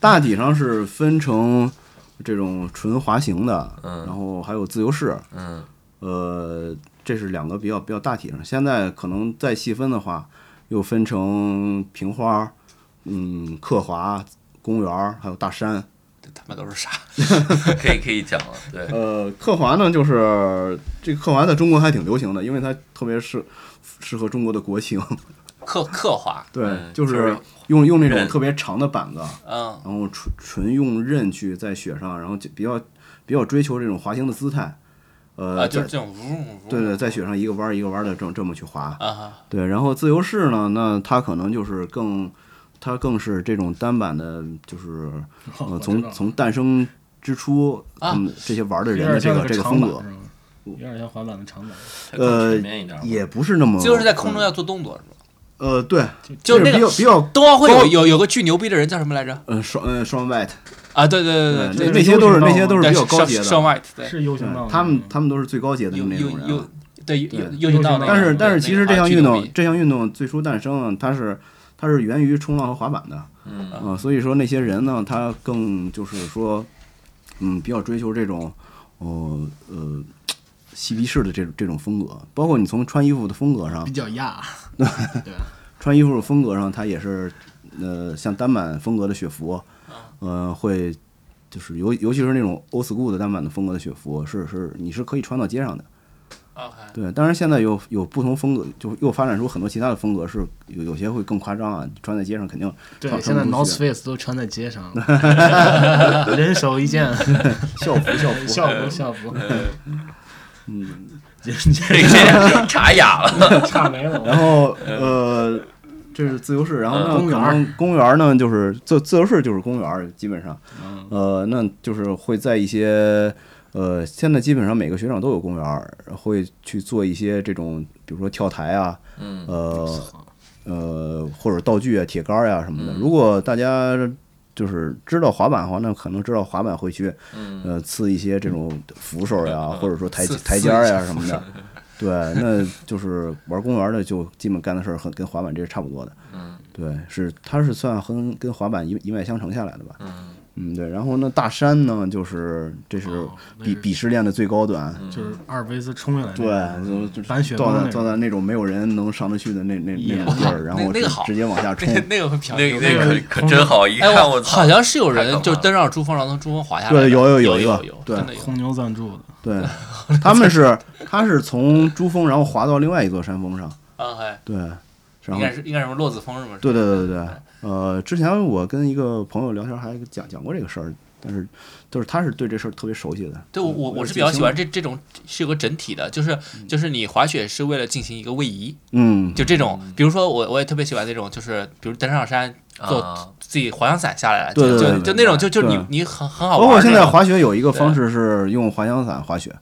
S3: 大体上是分成这种纯滑行的，
S2: 嗯
S3: 然后还有自由式，
S2: 嗯
S3: 呃，这是两个比较比较大体上。现在可能再细分的话，又分成平花，嗯，刻滑。公园儿还有大山，
S4: 他们都是傻，
S2: 可以可以讲了。啊对，
S3: 呃，刻滑呢，就是这个刻滑在中国还挺流行的，因为它特别适适合中国的国情。
S4: 刻刻滑，
S3: 对，
S2: 嗯
S3: *laughs* 就
S2: 就是
S3: 是用用那种
S2: 刃
S3: 特别长的板子，啊
S4: 嗯，
S3: 然后纯纯用刃去在雪上，然后就比较比较追求这种滑行的姿态，呃，
S4: 啊，就是
S3: 在
S4: 这种嗡嗡嗡，
S3: 对对，在雪上一个弯儿一个弯儿的这么这么去滑，
S4: 啊哈，
S3: 对，然后自由式呢，那它可能就是更它更是这种单板的，就是
S1: 哦我
S3: 呃
S1: 知道
S3: 从
S1: 了
S3: 从诞生之初，
S4: 啊
S3: 嗯，这些玩的
S1: 有
S3: 人
S1: 点
S3: 的这
S1: 像
S3: 个
S1: 个
S3: 这个
S1: 长
S3: 风
S1: 板
S3: 格
S1: 是吗？有点像滑板的长板，
S2: 它更全面一点儿嘛。
S3: 也不是那么
S4: 就是在空中要做动作是吧？
S3: 呃，对，
S4: 就
S3: 比
S4: 那
S3: 较
S4: 个
S3: 比较，
S4: 冬奥会有有有个巨牛逼的人叫什么来着？
S3: 呃，双呃双 white，
S4: 啊，对对
S3: 呃
S4: 对
S3: 那
S4: 对
S1: 对
S3: 那些都是那些都是
S4: 对，
S3: 比较高阶的，
S4: 上 white，对，
S1: 是 U 型道
S3: 嗯
S1: 的，
S3: 他们他们都是最高阶的
S4: 有
S3: 那
S4: 有
S3: 种人啊
S4: 有。，对
S3: 对
S4: 有有有到那个，
S3: 但是
S4: 对
S3: 但是其实这项运，
S4: 那个啊巨牛
S3: 动
S4: 逼
S3: 这项运动最初诞生，它是它是源于冲浪和滑板的，
S2: 嗯
S3: 啊、所以说那些人呢，他更就是说，嗯，比较追求这种，哦呃，嬉皮士的这种这种风格，包括你从穿衣服的风格上
S1: 比，较 *laughs* 亚，对吧？
S3: 穿衣服的风格上，它也是，呃，像单板风格的雪服，呃，会就是尤尤其是那种 old school 的单板的风格的雪服，是是你是可以穿到街上的。
S4: OK，
S3: 对，当然现在有有不同风格，就又发展出很多其他的风格，是有有些会更夸张啊，穿在街上肯定
S1: 对
S3: 穿，
S1: 现在
S3: 穿不出
S1: North
S3: 去
S1: Face 都穿在街上了， *laughs* 人手一件，
S3: 校服校
S1: *laughs*
S3: 服
S1: 校服校服，
S3: 嗯，
S1: *laughs* 这这
S2: 这这查哑了，
S1: 差没了。
S3: 然后呃，这是自由市，然后呢，
S1: 嗯公园
S3: 可
S1: 儿
S3: 能公园儿呢就是自自由市就是公园儿，基本上，
S1: 嗯
S3: 呃，那就是会在一些呃，现在基本上每个学长都有公园儿，会去做一些这种，比如说跳台啊，
S2: 嗯
S3: 呃呃，或者道具啊、铁杆儿呀、什么的。
S2: 嗯
S3: 如果大家就是知道滑板的话，那可能知道滑板会去
S2: 嗯，
S3: 呃刺一些这种扶手呀、或者说台
S4: 刺
S3: 台阶儿呀、
S4: 刺一下
S3: 什么的。对，那就是玩公园的，就基本干的事儿很跟滑板这是差不多的。
S2: 嗯，
S3: 对，是它是算跟跟滑板一一脉相承下来的吧？
S2: 嗯
S3: 嗯，对。然后呢，大山呢，就是这是
S1: 哦 *laughs* 那
S3: 鄙
S1: 是
S3: 鄙视链的最高端，
S2: 嗯
S1: 就是阿尔卑斯冲下
S4: 哎
S1: 来那个，
S4: 嗯
S3: 对，就
S1: 白雪
S3: 是到
S1: 公
S3: 达
S1: 那
S3: 到达那种没有人能上得去的那那那种
S1: 哇
S3: 地儿，然后
S4: 那那个
S3: 直
S4: 好
S3: 直接往下
S4: *laughs*
S3: 冲
S4: 那。那个很漂
S2: 那
S4: 亮，
S2: 那
S1: 个
S2: 可可真好，一
S4: 哎，
S2: 看我操
S4: 好，像是有
S2: 太可怕
S4: 人
S2: 了
S4: 就登上珠峰，然后从珠峰滑下来的。
S3: 对，有有
S4: 有
S3: 一个
S4: 有，，
S3: 对
S4: 真的有。
S1: 红牛赞助的，
S4: *laughs*
S3: 对，他们是他是从珠峰然后滑到另外一座山峰上，
S4: 嗯，哎，
S3: 对，然
S4: 应
S3: 后
S4: 该是应该是什么洛子峰什么？
S3: 对对对对对，呃，之前我跟一个朋友聊天还讲讲过这个事儿，但是就是他是对这事儿特别熟悉的，
S4: 对我我我是比较喜欢这这种是有个整体的，就是就是你滑雪是为了进行一个位移，
S3: 嗯，
S4: 就这种，比如说我我也特别喜欢那种，就是比如登上山
S2: 啊，
S4: 自己滑翔伞下来了，
S3: 对
S4: 就
S3: 对
S4: 就
S3: 对
S4: 就那种就就
S3: 对
S4: 你你很很好
S3: 包
S4: 玩儿
S3: 括
S4: 那种。
S3: 现在滑雪有一个
S4: 对
S3: 方式是用滑翔伞滑雪，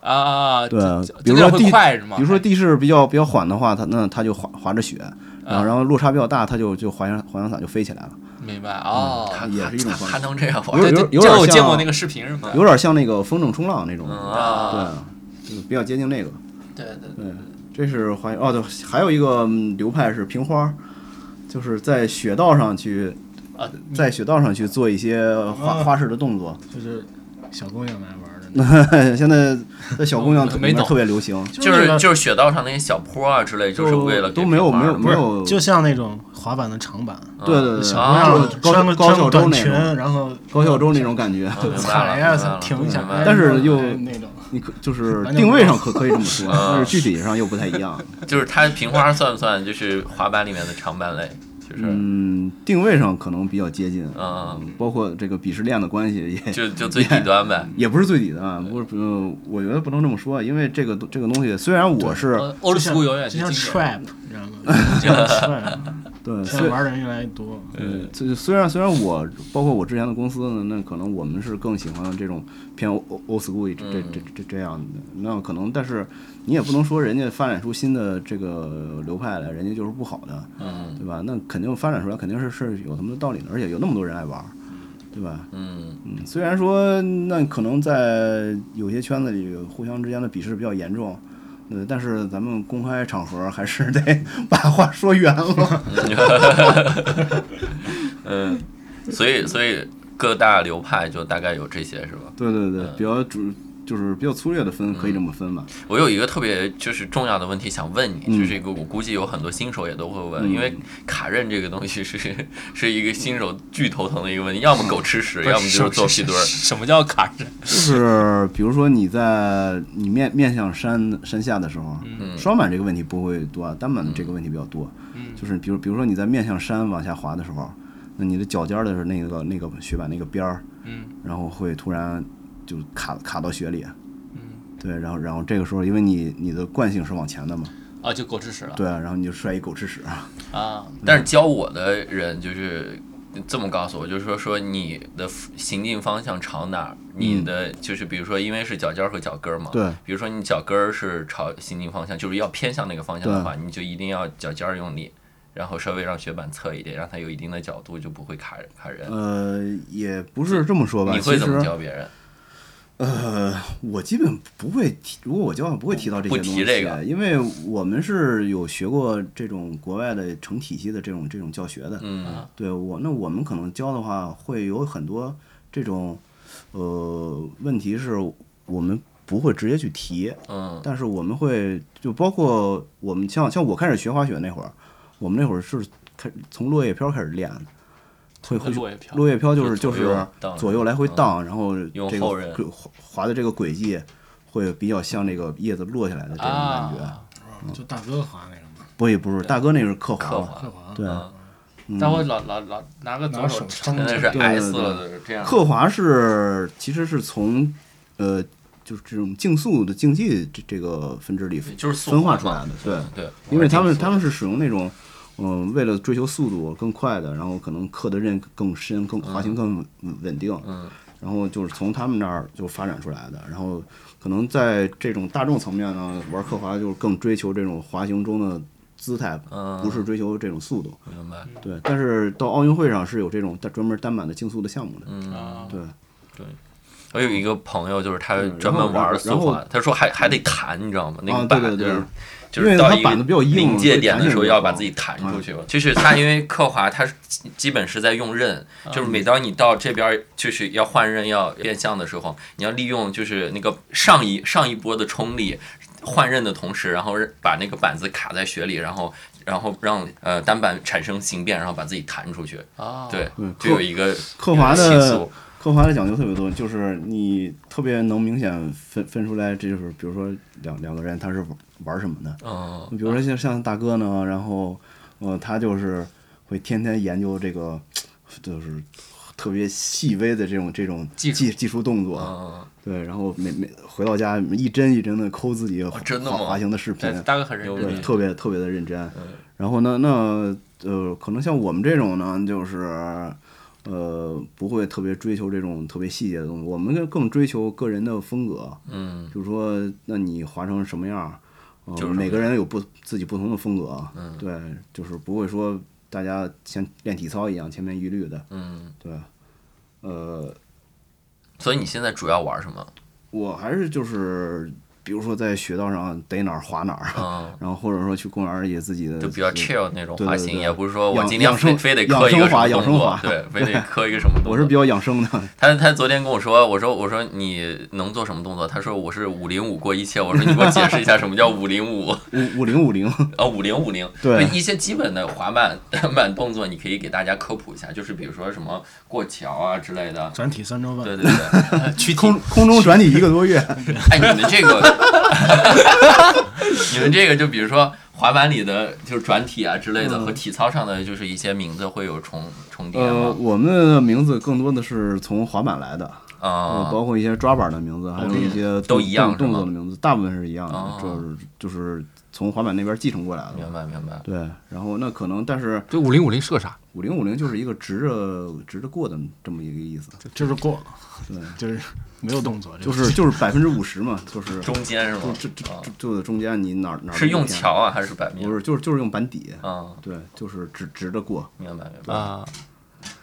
S4: 啊啊，啊
S3: 对
S4: 就就
S3: 比如
S4: 就那样
S3: 说
S4: 会
S3: 地
S4: 快是吗？哎
S3: 比如说地势比较比较缓的话，它那它就滑滑着雪，然后
S4: 啊
S3: 然后落差比较大，它就就滑翔滑翔伞就飞起来了，
S4: 明白哦，
S2: 还
S3: 也是一种方
S2: 还
S3: 式，
S2: 能这样玩
S3: 有
S4: 对
S3: 嗯有有
S4: 对，就
S3: 点
S4: 我见
S3: 像
S4: 过那个视频是吗？
S3: 有点像那个风筝冲浪那种，
S2: 嗯
S4: 啊
S2: 啊，
S3: 对，就是比较接近那个。
S4: 对对对，
S3: 对，这是滑哦对，还有一个嗯流派是平花，就是在雪道上去
S4: 啊，
S3: 在雪道上去做一些花
S1: 啊
S3: 花式的动作。 *laughs*
S1: 就是小姑娘们爱玩的那个，
S3: 现在在小
S1: 哦
S3: 姑娘里
S4: 没
S3: 面
S4: 懂
S3: 特别流行，
S2: 就
S1: 那
S2: 是
S1: 个
S2: 就是雪道上那些小坡啊之类，就是为了给
S3: 都没有
S2: 平滑
S3: 没有
S2: 嘛
S3: 没有，
S1: 就像那种滑板的长板，
S2: 啊
S3: 对对对
S1: 小
S2: 啊
S1: 姑娘
S3: 高
S1: 穿个
S3: 高
S1: 穿
S3: 校
S1: 个
S3: 周
S1: 短
S3: 那
S1: 裙，
S3: 种
S1: 然后
S3: 高校周那种感觉。
S2: 啊明白
S1: 踩
S2: 了
S1: 呀
S2: 明白了
S1: 停一下
S2: 明白，了
S3: 但是又
S1: 那种
S3: *laughs* 你可就是
S1: 完全
S3: 定
S1: 不
S3: 位
S1: 一
S3: 上
S1: 样
S3: 可可以这么说，
S1: 啊
S3: 但是具体上又不太一样。
S2: 就是它平花算不算就是滑板里面的长板类？就是
S3: 嗯，定位上可能比较接近，
S2: 嗯，
S3: 包括这个鄙视链的关系也
S2: 就就最底端呗。
S3: 也不是最底的啊，不是，不是我觉得不能这么说，啊因为这个东这个东西，虽然我是
S4: 呃 old
S1: 就像
S4: school 永远
S1: 就是像
S4: 经典。
S1: trap，你知道
S3: *laughs*
S1: 吗？就像 trap，
S3: 对，
S1: 现
S3: 虽
S1: 在玩的人越来越多，
S3: 呃虽虽然虽然我包括我之前的公司呢，那可能我们是更喜欢这种偏 old old school 这这这这这样的，那可能但是你也不能说人家发展出新的这个流派来，人家就是不好的，
S2: 嗯
S3: 对吧？那肯定发展出来肯定是是有他们的道理的，而且有那么多人爱玩儿，对吧？
S2: 嗯
S3: 嗯，虽然说那可能在有些圈子里互相之间的鄙视比较严重，呃，但是咱们公开场合还是得 *laughs* 把话说圆了。 *laughs*
S2: *laughs* 嗯，所以所以各大流派就大概有这些是吧？
S3: 对对对，比较主就是比较粗略的分，可以这么分吧。
S2: 我有一个特别就是重要的问题想问你，就是一个我估计有很多新手也都会问，因为卡刃这个东西是 *laughs* 是一个新手巨头疼的一个问题，要么狗吃 *laughs* 屎，要么就是做屁墩儿。
S4: 什么叫卡着？
S3: 就是比如说你在你面面向山山下的时候，
S2: 嗯
S3: 双板这个问题不会多，啊单板这个问题比较多。
S4: 嗯
S3: 就是比如比如说你在面向山往下滑的时候，那你的脚尖儿的是那个那个雪板那个边儿，
S4: 嗯
S3: 然后会突然就卡卡到雪里。
S4: 嗯，
S3: 对，然后然后这个时候，因为你你的惯性是往前的嘛，
S4: 啊，就狗吃屎了
S3: 对啊，然后你就摔一狗吃屎，
S4: 啊！
S2: 但是教我的人就是这么告诉我，就是说说你的行进方向朝哪儿，你的就是比如说，因为是脚尖儿和脚跟儿嘛，
S3: 对，
S2: 比如说你脚跟儿是朝行进方向，就是要偏向那个方向的话，你就一定要脚尖儿用力。然后稍微让雪板侧一点，让它有一定的角度，就不会卡人卡人。
S3: 呃，也不是这么说吧。
S2: 你
S3: 其
S2: 会怎么
S3: 实，
S2: 教别人？
S3: 呃，我基本不会提，如果我教，不会提到这些
S2: 不
S3: 东
S2: 提
S3: 西，
S2: 这个
S3: 因为我们是有学过这种国外的成体系的这种这种教学的。
S2: 嗯，
S3: 对我，那我们可能教的话，会有很多这种，呃，问题是我们不会直接去提，
S2: 嗯
S3: 但是我们会就包括我们像像我开始学滑雪那会儿，我们那会儿是开从落叶飘开始练的，会会
S4: 落叶飘
S3: 落叶飘就是
S2: 就左
S3: 就是
S2: 右荡
S3: 左右来回
S2: 嗯
S3: 荡，然后
S2: 用
S3: 这
S2: 后刃
S3: 个滑滑的这个轨迹会比较像那个叶子落下来的这种感觉。
S4: 啊，
S1: 就大哥滑那个嘛，
S3: 不也不是，大哥那是刻
S2: 刻
S3: 滑
S2: 滑
S3: 吧？
S1: 快。滑。
S3: 啊对，
S2: 嗯，
S3: 嗯
S4: 但我老老老拿个左
S1: 拿手
S4: 撑
S1: 撑
S2: 真的
S4: 着
S2: 是
S3: 对
S2: S
S3: 对
S2: 了的这样。
S3: 刻滑是其实是从呃就是这种竞速的竞技这这个分支里
S2: 就是速
S3: 分化
S2: 滑
S3: 出来的
S2: 嘛，
S3: 对。
S2: 对，
S3: 因为他
S2: 我
S3: 们
S2: 是这
S3: 他
S2: 么
S3: 们是使用那种，嗯、为了追求速度更快的，然后可能刻的刃更深，更滑行更稳稳定，
S2: 嗯
S3: 然后就是从他们那儿就发展出来的。然后可能在这种大众层面呢，玩刻滑就是更追求这种滑行中的姿态，
S2: 嗯
S3: 不是追求这种速度。
S2: 明白，
S3: 对，但是到奥运会上是有这种专门单板的竞速的项目的。
S2: 嗯，
S4: 啊，
S3: 对，
S2: 我有一个朋友，就是他
S3: 嗯
S2: 专门
S3: 然
S2: 玩
S3: 后
S2: 速
S3: 然
S2: 滑，他说还还得弹，你知道吗？那
S3: 啊
S2: 个
S3: 对
S2: 板
S3: 对
S2: 就
S3: 对
S2: 是就
S3: 因
S2: 是
S3: 为
S2: 到
S3: 它
S2: 一
S3: 板子
S2: 个
S3: 比较硬
S2: 临界
S3: 对
S2: 点
S3: 弹
S2: 的
S3: 性
S2: 时候
S3: 比较
S2: 要把
S3: 高啊
S2: 自己弹出去嘛。就是他因为刻滑，他是基基本是在用刃，就是每当你到这边儿就是要换刃要变向的时候，你要利用就是那个上一上一波的冲力。换刃的同时，然后把那个板子卡在雪里，然后，然后让呃单板产生形变，然后把自己弹出去。
S4: 啊，
S2: 对
S3: 嗯，
S2: 就有一个
S3: 刻
S2: 有
S3: 滑
S2: 一个系
S3: 的
S2: 数
S3: 刻滑的讲究特别多，就是你特别能明显分分出来，这就是比如说两两个人他是玩玩什么的。
S2: 嗯
S3: 比如说像像大哥呢，然后呃，他就是会天天研究这个，就是特别细微的这种这种
S4: 技
S3: 技
S4: 术
S3: 技术动作，
S2: 嗯，
S3: 对，然后每每回到家一针一针的抠自己滑、
S2: 哦真的吗
S3: 滑行的视频
S4: 对，，大哥很认
S2: 有
S4: 真
S2: 对
S3: 对，
S2: 点
S4: 的，
S3: 特别特别的认真。然后呢，那呃，可能像我们这种呢，就是。呃，不会特别追求这种特别细节的东西，我们更追求个人的风格。
S2: 嗯
S3: 就是说，那你划成什么样儿，呃，
S2: 就是
S3: 每
S2: 这
S3: 个
S2: 样嗯
S3: 人有不自己不同的风格，对，就是不会说大家像练体操一样千篇一律的，
S2: 嗯，
S3: 对，呃，
S2: 所以你现在主要玩什么？
S3: 我还是就是，比如说在雪道上逮哪儿划哪儿，
S2: 嗯，
S3: 然后或者说去公园儿也自己的
S2: 就比较
S3: 自己
S2: chill 那种
S3: 对
S2: 滑
S3: 对
S2: 行，
S3: 对
S2: 也不是说我
S3: 养
S2: 今天
S3: 养
S2: 非
S3: 生
S2: 非得磕一个什么
S3: 养生滑
S2: 动
S3: 养生
S2: 作
S3: 滑，
S2: 对，非
S3: *laughs*
S2: 得磕一个什么动作。
S3: 我是比较养生的，
S2: 他他昨天跟我说，我说我说你能做什么动作？他说我是五零五过一切。我说你给我解释一下什么叫五零五
S3: 五五零五零，
S2: 啊？五零五零，
S3: *laughs*
S2: *laughs*
S3: 对
S2: 一些基本的滑板板动作，你可以给大家科普一下，就是比如说什么过桥啊之类的。
S1: 转体三周半，
S2: 对对对，
S4: 躯体
S3: 空空中转体一个多月，
S2: 哎，你们这个， *laughs* 你们这个就比如说滑板里的就是转体啊之类的，和体操上的就是一些名字会有重重叠
S3: 嗯呃，
S2: 吗？
S3: 我们的名字更多的是从滑板来的，呃，
S2: 啊，哦
S3: 包括一些抓板的名字，还有一些
S2: 都一样
S3: 动
S2: 是
S3: 动
S2: 吗
S3: 作的名字，大部分是一样的
S2: 哦，
S3: 就是就是从滑板那边继承过来的。
S2: 明白明白。
S3: 对，然后那可能，但是
S5: 对，五零五零是个啥？
S3: 五零五零就是一个直着直着过的这么一个意思，
S1: 就是过了，就是没有动作，这
S3: 就
S1: 个
S3: 是就是百分之五十嘛，就是
S2: 中间是吗？
S3: 就就
S2: 啊
S3: 就就在中间你哪儿哪儿
S2: 是用
S3: 都
S2: 桥啊还是板面
S3: 不？是就是就是用板底，
S2: 啊，
S3: 对，就是直直着过，
S2: 明白明白。
S4: 啊，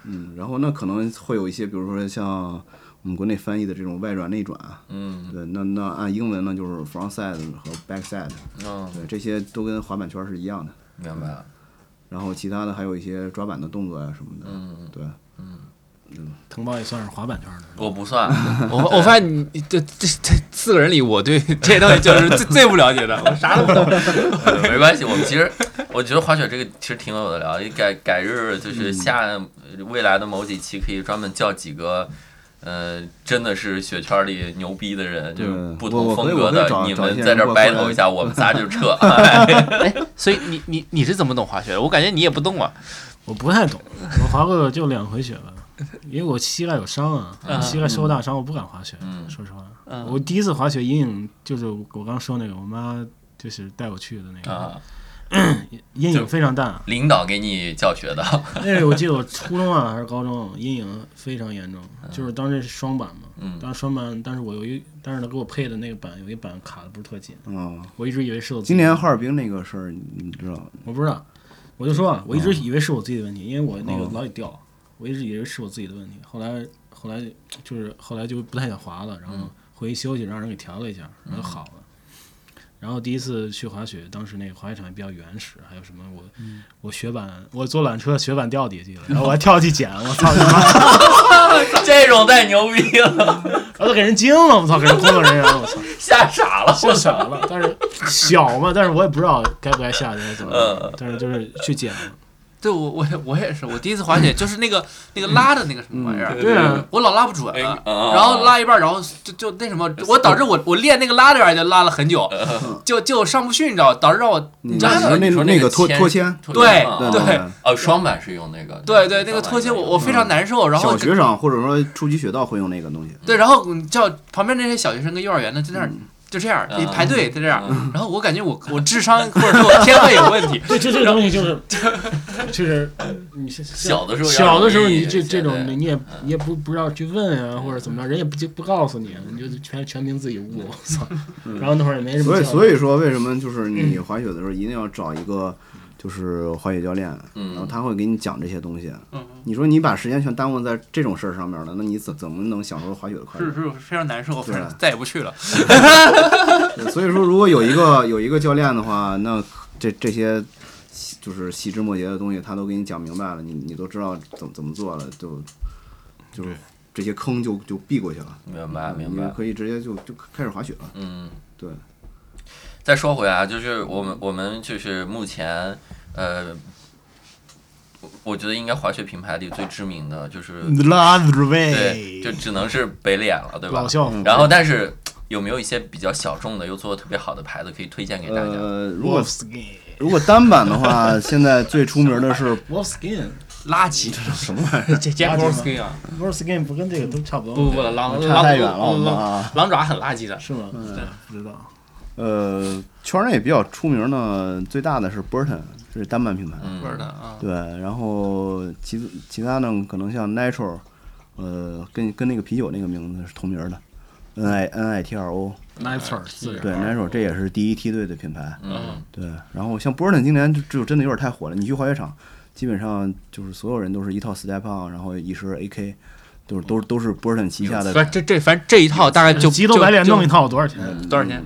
S3: 嗯，然后那可能会有一些，比如说像我们国内翻译的这种外转内转，啊
S2: 嗯
S3: 对，那那按英文呢就是 front side 和 back side，
S2: 嗯，
S3: 对，这些都跟滑板圈是一样的。
S2: 明白了。
S3: 然后其他的还有一些抓板的动作呀、什么的，
S2: 嗯，
S3: 对，
S1: 腾豹也算是滑板圈的。
S2: 我不算， *laughs*
S5: 我我发现你你这这这四个人里，我对这些东西就是最最不了解的，我啥都不懂。
S2: 呃没关系。我们其实我觉得滑雪这个其实挺有的聊，改改日
S3: 嗯
S2: 就是下未来的某几期可以专门叫几个。呃，真的是雪圈里牛逼的人，就是
S3: 对
S2: 不
S3: 我
S2: 同
S3: 我可以
S2: 风格
S3: 我可
S2: 的
S3: 以找，
S2: 你
S3: 找一
S2: 们
S3: 些
S2: 在这儿
S3: 人过来
S2: battle 一下，我们仨就撤。
S4: 哎，所以你你你是怎么懂滑雪的？我感觉你也不懂啊，
S1: 我不太懂，我滑过就两回雪吧，因为我膝盖有伤啊，我膝盖受过大伤，我不敢滑雪。
S2: 嗯
S1: 说实话，
S4: 嗯
S1: 我第一次滑雪阴影就是我刚说那个，我妈就是带我去的那个，
S2: 啊，
S1: 阴
S2: 就
S1: 影非常大。
S2: 领导给你教学的， *laughs*
S1: 那是我记得我初中啊还是高中，阴影非常严重，就是当时是双板嘛，
S2: 嗯
S1: 当时双板，但是我有一，但是他给我配的那个板有一板卡的不是特紧，
S3: 嗯，
S1: 我一直以为是我自己
S3: 今年哈尔滨那个事儿你知道吗？
S1: 我不知道，我就说啊，我一直以为是我自己的问题，因为我那个老得掉，我一直以为是我自己的问题。后来后来就是后来就不太想滑了，然后回去休息，让人给调了一下，然后好了。然后第一次去滑雪，当时那个滑雪场也比较原始，还有什么我、我雪板我坐缆车雪板掉底下去了，然后我还跳下去捡，我操你妈！
S2: 这种太牛逼了，
S1: 我都给人惊了，我操，给人工作人员，我操，
S2: 吓傻了。
S1: 吓傻了。但是小嘛，但是我也不知道该不该下去还是怎么
S2: 嗯
S1: 样，但是就是去捡了。
S4: 对我我我也是，我第一次滑雪就是那个那个拉的那个什么玩意儿，
S1: 对啊，，
S4: 我老拉不准，
S2: 哎啊
S4: 然后拉一半，然后就就那什么，我导致我我练那个拉的玩意儿就拉了很久，就就上不去，你知道，导致让我你
S3: 嗯
S4: 知道
S3: 你说那
S2: 你说
S3: 那
S2: 那个
S3: 个脱
S2: 签
S3: 脱签，
S4: 对
S2: 啊
S3: 对
S4: 对
S2: 哦，双板是用那个，
S4: 对对那个拖鞋我我非常难受，然后
S3: 小学生或者说初级雪道会用那个东西。
S4: 对，然后你叫旁边那些小学生跟幼儿园的在那儿。就这样，
S2: 嗯
S4: 一排队在这样，
S2: 嗯
S4: 然后我感觉 *laughs* 我我智商或者说我天分有 *laughs* 问题
S1: 对，这这个东西就是 *laughs* 就是你是
S2: 小的时候
S1: 小的时候你
S2: 这
S1: 这这种你也你也不不知道去问啊或者怎么着，人也不就不告诉你，你就全全凭自己悟。我操！然后那会儿也没什么
S3: 所以
S1: 教育
S3: 所以说为什么就是你滑雪的时候一定要找一个就是滑雪教练，
S2: 嗯
S3: 然后他会给你讲这些东西。你说你把时间全耽误在这种事儿上面了，那你怎怎么能享受滑雪的快
S4: 是
S3: 乐？
S4: 是我非常难受，我非常
S3: 对
S4: 再也不去了。
S3: 对所以说，如果有一个有一个教练的话，那这这些细就是细枝末节的东西，他都给你讲明白了，你你都知道怎么怎么做了，就就是这些坑就就避过去了。
S2: 明白明
S3: 你
S2: 白
S3: 就，可以直接就就开始滑雪了。
S2: 嗯。
S3: 对，
S2: 再说回来啊，就是我们我们就是目前，呃，我我觉得应该滑雪品牌里最知名的就是，
S1: 嗯 Love
S2: 对，就只能是北脸了，对吧
S1: 哎老？校
S3: 嗯
S2: 然后，但是有没有一些比较小众的又做的特别好的牌子可以推荐给大家？
S3: 呃，如果
S1: Wolf Skin
S3: 如果单板的话，现在最出名的是
S1: Wolf Skin
S4: 垃圾，
S3: 什么玩意儿？
S4: 嗯这这
S1: 垃圾吗
S4: Wolfskin 啊，
S1: Wolf Skin 不跟这个都差不多
S4: 不
S1: 吗？
S4: 不不，狼
S3: 差
S4: 狼
S3: 太远了我们
S4: 狼
S3: 啊。
S4: 狼爪很垃圾的，
S1: 是吗？不知道。
S3: 呃，圈内比较出名的最大的是 Burton，是单板品牌。
S2: 嗯
S4: 味儿的啊。
S3: 对，然后其其他呢，可能像 Natural，呃，跟跟那个啤酒那个名字是同名的，N I N I T R O。
S1: Natural 自然
S3: 对，Natural 这也是第一梯队的品牌。
S2: 嗯，
S3: 对，然后像 Burton 今年就就真的有点太火了，你去滑雪场，基本上就是所有人都是一套 step on，然后一身 AK，都是都是都是 Burton 旗下的
S4: 反正这这反正这一套大概就嗯
S1: 急头白脸弄一套多少钱？
S4: 多少钱？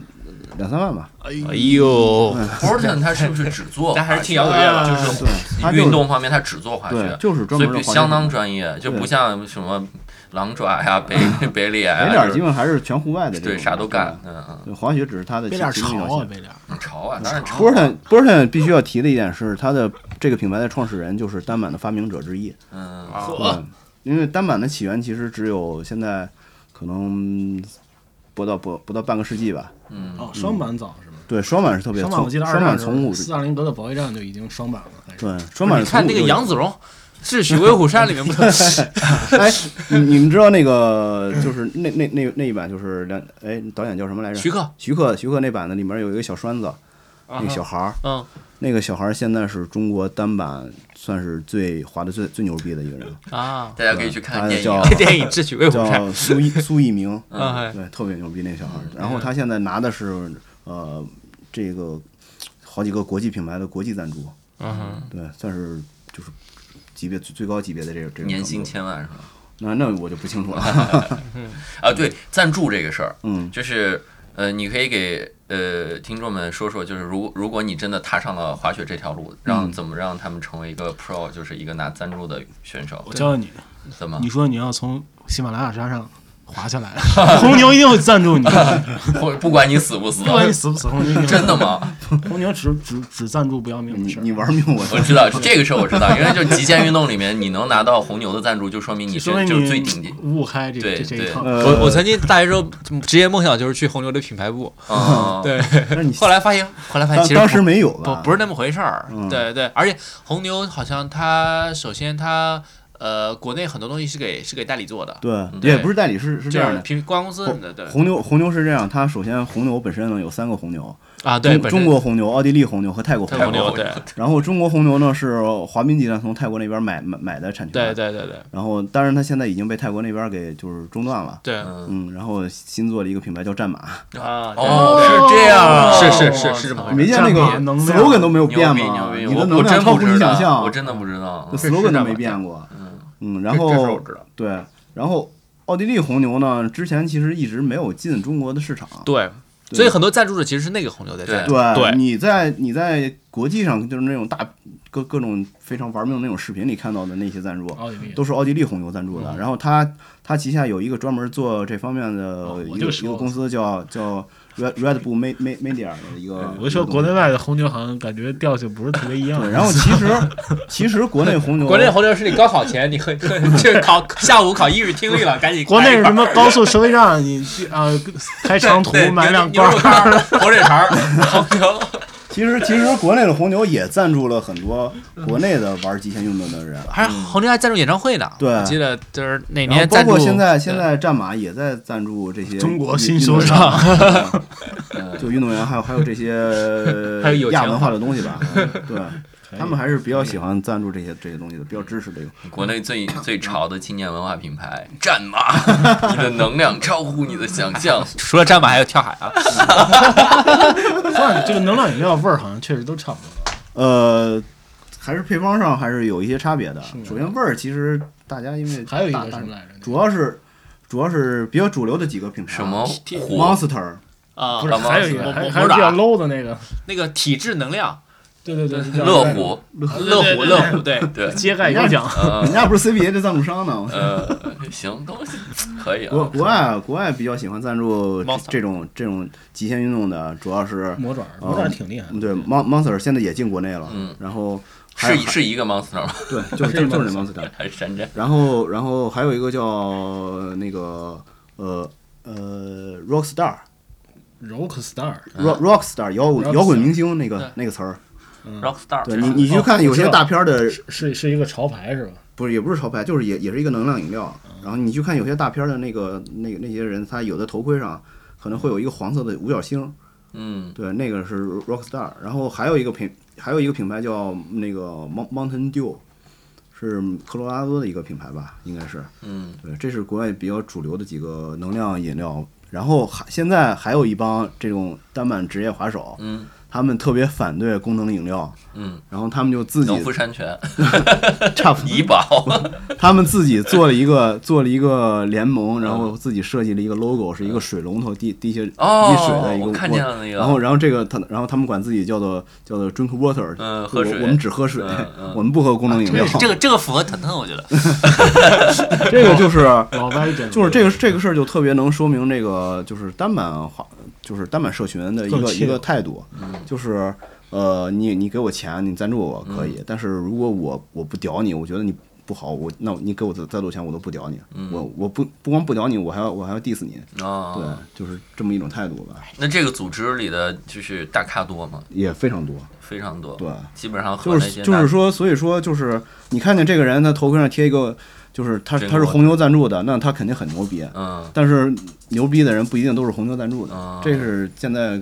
S3: 两三万吧。
S4: 哎呦，
S2: Burton 它是不是只
S4: *laughs*
S2: 做滑雪？
S4: 咱还是听摇滚乐吧，就是
S3: 对，它就是
S2: 运动方面，它只做滑
S3: 对
S2: 雪，，
S3: 就是专
S2: 所以
S3: 门
S2: 就
S3: 的滑雪
S2: 相当
S3: 品牌
S2: 专业，就
S3: 对
S2: 不像什么狼爪呀、北北脸
S3: 北
S2: 呀，
S3: 脸
S2: 就
S3: 基
S2: 是
S3: 本还是全户外的这种，
S2: 对啥都干。嗯
S3: 对。对，滑雪只是它的
S1: 背
S3: 其
S1: 脸
S3: 中
S1: 潮
S3: 一
S1: 啊，
S3: 条线。
S1: 背脸。
S2: 嗯，潮啊，当然潮。
S3: Burton Burton 必须要提的一点是，它的这个品牌的创始人就是单板的发明者之一。
S2: 嗯，
S4: 啊
S3: 嗯，因为单板的起源其实只有现在可能不到不不到半个世纪吧。
S2: 嗯，
S1: 哦，双板早是吗？
S3: 对，双板是特别
S1: 双
S3: 从
S1: 板我记得二
S3: 双
S1: 战
S3: 板
S1: 时
S3: 从
S1: 候，
S3: 古
S1: 四啊二零德岛保卫战就已经双板了。开始
S3: 对双板
S4: 你
S3: 是从
S4: 看
S3: 古
S4: 那个
S3: 就有
S4: 杨子荣是《许魏虎山》里
S3: *laughs*
S4: 面不 *laughs*
S3: 哎，你你们知道那个就是那那那那一版就是两哎导演叫什么来着？
S4: 徐克，啊
S3: 徐克徐克那版的里面有一个小栓子，那个小孩儿，
S4: 嗯，
S3: 那个小孩儿现在是中国单板算是最滑的最最牛逼的一个人，
S4: 啊，
S2: 大家可以去看 *laughs* 电
S3: 嗯
S2: 影啊
S3: 还。有
S4: 电影《智取魏虎山》
S3: 叫苏一苏一鸣，
S4: 嗯，哎
S3: 对，特别牛逼那小孩儿。然后他现在拿的是呃这个好几个国际品牌的国际赞助，
S4: 嗯哼，
S3: 对，算是就是级别最最高级别的这个这种
S2: 年薪
S3: 程度
S2: 千万是吧？
S3: 那那我就不清楚
S4: *laughs*
S3: 了，
S2: 啊，对，赞助这个事儿，
S3: 嗯。
S2: 就是呃，你可以给呃听众们说说，就是如如果你真的踏上了滑雪这条路，让怎么让他们成为一个 pro，就是一个拿赞助的选手
S1: 我，教教你，
S2: 怎么
S1: 你说你要从喜马拉雅山上滑
S6: *laughs*
S1: 下来，红牛一定会赞助你，
S2: 不不管你死不死
S1: 不，管你死不死，红牛一定会
S2: 真的？吗？
S1: 红牛只只只赞助不要命的
S3: 你
S1: 事儿
S3: 你。玩命我
S2: *laughs* 我知道这个事儿，我知道，因为就是极限运动里面你能拿到红牛的赞助，就说明你是
S1: 说明
S2: 就是最顶级
S4: *laughs*
S1: 你悟开这
S2: 对
S1: 这这一
S2: 对哦
S1: 趟，
S3: 呃
S4: 我我曾经大学时候职业梦想就是去红牛的品牌部，
S2: 啊。
S4: *laughs* 对，
S3: *laughs* 那你
S4: 后来发现后来发现
S3: 当
S4: 其实
S3: 当时没有
S4: 不
S3: 吧？
S4: 不是那么回事儿
S3: 嗯，
S4: 对对，而且红牛好像它首先它。呃，国内很多东西是给是给代理做的，
S3: 对，
S2: 对
S3: 也不是代理，是是这
S4: 嗯这
S3: 样
S4: 样的
S3: 的。
S4: 平公关公司的对
S3: 红牛红牛是这样，它首先红牛本身呢有三个红牛，
S4: 啊，对，
S3: 中
S4: 本身
S3: 中国红牛、奥地利红牛和泰国
S4: 泰
S3: 红
S4: 国
S3: 牛。
S4: 红牛对
S3: 然后中国红牛呢是华彬集团从泰国那边买买买的产权，
S4: 对对对对
S3: 然后当然它现在已经被泰国那边给就是中断了，
S4: 对
S2: 嗯，
S3: 嗯，然后新做了一个品牌叫战马，
S4: 啊，
S2: 哦，是这样啊，
S1: 哦
S4: 是是是是这么
S2: 我
S4: 回
S2: 操
S4: 事
S3: 没见那个
S1: 战马能量
S3: slogan 都没有
S2: 牛
S3: 变
S2: 逼牛？
S3: 吗
S2: 逼！
S3: 你
S2: 我
S3: 的能
S2: 我
S3: 量
S2: 真
S3: 超
S2: 不
S3: 乎你
S2: 知
S3: 想
S2: 道，
S3: 象
S2: 我，真的不知道
S3: *laughs* 那。
S4: 是是
S3: slogan
S4: 战
S3: 都
S4: 马
S3: 没变过，
S2: 嗯，
S3: 嗯，
S5: 这
S3: 然
S5: 这事儿我
S3: 后
S5: 知道，
S3: 对，然后奥地利红牛呢，之前其实一直没有进中国的市场，
S4: 对，
S3: 对
S4: 所以很多赞助者其实是那个红牛在赞助，
S3: 对，
S4: 对
S3: 你在你在国际上就是那种大各各种非常玩命的那种视频里看到的那些赞
S6: 哦
S3: 助，
S1: 奥地利
S3: 都是奥地利红牛赞助
S6: 嗯
S3: 的。然后他他旗下有一个专门做这方面的
S6: 哦我
S3: 一个、
S6: 就
S3: 一
S6: 说
S3: 个公司叫叫 Red Red Bull Me- Me- Media 的一个。
S6: 我就说国内外的红牛好像感觉调性不是特别一样
S3: 对，。然后其实其实国内红牛，
S4: 国内红牛是你高考前你会 *laughs* 去考下午考英语听力了，赶
S1: *laughs*
S4: 紧
S1: 国内
S4: 来一
S1: 是
S4: 块
S1: 什
S4: 儿
S1: 么高速收费站，你去啊开长途
S4: 对
S1: 买辆
S4: 牛
S1: 罐
S4: 肉
S1: 儿，
S4: 干 *laughs* 儿、火腿肠儿、
S3: *laughs*
S4: 红牛，
S3: 其实其实国内的红牛也赞助了很多国内的玩极限运动的人。
S4: *laughs*
S3: 啊
S4: 还是红牛还赞助演唱会呢。
S3: 对
S4: 我记得就是哪
S3: 然后
S4: 年
S3: 包
S4: 赞助。
S3: 括现在，现
S4: 对
S3: 在战马也在赞助这些
S1: 中国
S3: 运
S1: 新手
S3: 运动员啊 *laughs*
S2: 嗯
S3: 就运动员，还有还有这
S1: *laughs*
S3: 些
S4: 还有有钱
S3: 亚文化的东西吧，对，他们还是比较喜欢赞助这些这些东西的，比较支持这个。
S2: 国内最最潮的青年文化品牌——战
S3: *laughs*
S2: 马， *laughs* 你的能量超乎你的想象。
S4: 除了战马还有跳海啊，
S1: 算这个能量饮料味儿好像确实都差不多。
S3: 呃，还是配方上还是有一些差别的。首先味儿，其实大家因为
S1: 还有一
S3: 大
S1: 个
S3: 大
S1: 什么来着？
S3: 主要是主要是比较主流的几个品牌啊，
S2: 什么火？
S3: Monster，
S4: 啊
S1: 不是，还有一
S4: 我
S1: 个，还
S4: 我
S1: 还有
S4: 我
S1: 比较 low 的那个，
S4: 那个体质能量，
S1: *laughs* 对对对，叫
S2: 嗯乐虎，
S4: 乐虎乐虎，对，
S2: 对，
S1: 揭盖有奖，
S2: 呃
S3: 人家不是 CBA 的赞助商呢。
S2: 呃，行，都行可以
S3: 国
S2: 啊。
S3: 国外国外比较喜欢赞助
S4: Monster
S3: 这种这种极限运动的，主要是
S1: 魔爪，魔爪挺厉害的。
S3: 嗯对 Mon Monster 现在也进国内了，
S2: 嗯
S3: 然后还
S2: 是是一个 monster 吗？
S3: 对，就是就是就是那 Monster，
S2: 还是山寨？
S3: 然后然后还有一个叫那个呃呃 Rockstar。
S1: Rock Star，
S3: rock rock star 摇滚
S1: Rockstar
S3: 摇滚明星那
S4: 对
S3: 个那个词儿，
S4: 嗯 Rockstar，
S3: 对你你去
S1: 哦
S3: 看有
S1: 我知
S3: 些
S1: 道
S3: 大片儿的，
S1: 是是一个潮牌是吧？
S3: 不是也不是潮牌，就是也也是一个能量饮料。然后你去看有些大片儿的那个那那些人，他有的头盔上可能会有一个黄色的五角星，
S2: 嗯，
S3: 对，那个是 rock star。然后还有一个品还有一个品牌叫那个 Mount- Mountain Dew，是科罗拉多的一个品牌吧，应该是。
S2: 嗯，
S3: 对，这是国外比较主流的几个能量饮料。然后还现在还有一帮这种单板职业滑手，
S2: 嗯，
S3: 他们特别反对功能饮料，
S2: 嗯，
S3: 然后他们就自己
S2: 农夫山泉
S3: 差不多，
S2: 怡宝，
S3: 他们自己做了
S2: *laughs*
S3: 一个做了一个联盟，然后自己设计了一个 logo，是一个水龙头滴滴些滴水
S2: 嗯哦
S3: 的一，个
S2: 我看见了那个，
S3: 然后，然后这个他，然后他们管自己叫做叫做 drink water，
S2: 嗯
S3: 就
S2: 喝
S3: 我
S2: 水
S3: 我们只喝水
S2: 嗯嗯，
S3: 我们不喝功能
S2: *laughs*
S3: 饮料。 *laughs*
S4: 这个这个符合腾腾，我觉得
S3: 这个就是
S1: 老歪真
S3: 就是这个这个事儿就特别能说明这个就是单板滑就是单板社群的一
S1: 更
S3: 个
S1: 切
S3: 一个态度，
S2: 嗯
S3: 就是呃你你给我钱你赞助我
S2: 嗯
S3: 可以，但是如果我我不屌你，我觉得你不好，我那你给我再多钱我都不屌你，
S2: 嗯
S3: 我我不不光不屌你，我还要我还要 diss 你，对
S2: 哦，，
S3: 就是这么一种态度吧，
S2: 那这个组织里的就是大咖多吗？
S3: 也非常多，
S2: 非常多，
S3: 对。
S2: 基本上和
S3: 就
S2: 那些
S3: 是就是
S2: 大
S3: 说，所以说就是你看见这个人，他头盔上贴一个，就是他
S2: 真
S3: 他是
S2: 我
S3: 红牛赞助的，那他肯定很牛逼。
S2: 嗯
S3: 但是牛逼的人不一定都是红牛赞助的，
S2: 啊
S3: 这是现在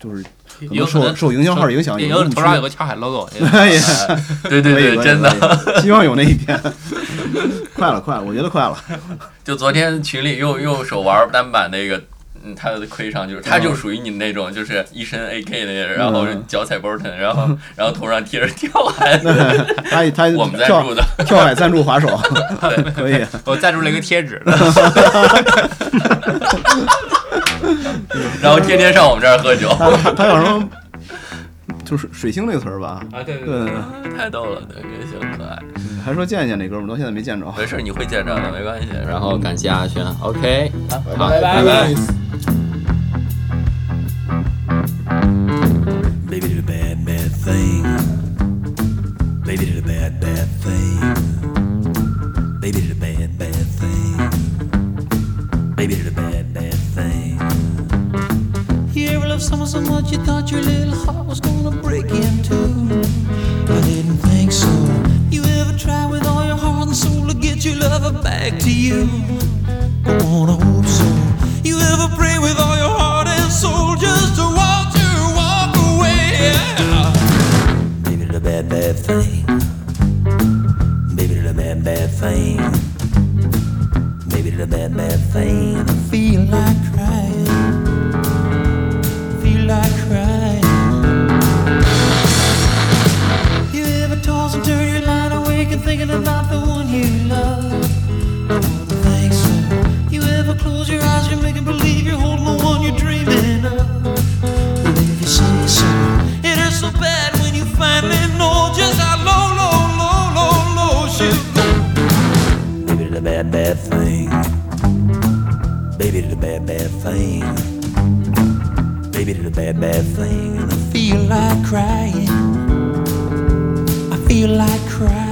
S3: 就是可能
S4: 有可
S3: 受
S4: 能
S3: 受营销号影响，
S4: 也
S3: 有
S4: 有头上有个跳海 logo，
S3: *laughs*
S4: 也
S3: 哎呀，
S2: *laughs* 对对
S3: 可以
S2: 对，真的。，
S3: 可以可以希望有那一天， *laughs* 快了快了，我觉得快了。
S2: 就昨天群里用用手玩单板那个，嗯，他的盔上就是，他就属于你那种，就是一身 AK 那个，然后
S3: 嗯
S2: 脚踩 Burton，然后 *laughs* 然后头上贴着跳海，
S3: *laughs* 他他
S2: 我们赞
S3: 跳
S2: 助的，
S3: 跳海赞助
S2: *laughs*
S3: 滑手，可以，
S4: 我赞助了一个贴纸，
S2: 然后天天上我们这儿喝酒，
S3: 他他他叫什么？就是水星那个词儿吧，
S2: 啊，对对
S3: *laughs* 对
S2: 对，太逗了，对，也行，可爱。
S3: 还说见一见那哥们儿，到现在没见着。
S2: 没事，你会见着的，没关系。然后感谢阿轩，OK，好，拜
S4: 拜
S2: 拜。
S7: Baby did a bad, bad thing. Baby did a bad, bad thing. Baby did a bad, bad thing. Baby did a bad, bad thing. You ever loved someone so much you thought your little heart was gonna break in two? I didn't think so. You ever tried with all your heart and soul to give?
S8: ever back to you? I wanna hope so. You ever pray with all your heart and soul just to watch her walk away? Yeah.
S7: Baby, did a bad, bad thing. Baby, did a bad, bad thing. Baby, did a bad, bad thing. I feel like crying. Feel like crying.
S8: You ever toss and turn your line awake and thinking about the one you love? I wouldn't think so. You ever close your eyes, you're making believe you're holding the one you're dreaming of. Well, if you say so, it hurts so bad when you finally know just how low, low, low, low, low she'll go.
S7: Baby, did a bad, bad thing. Baby, did a bad, bad thing. Baby, did a bad, bad thing. And I feel like crying. I feel like crying.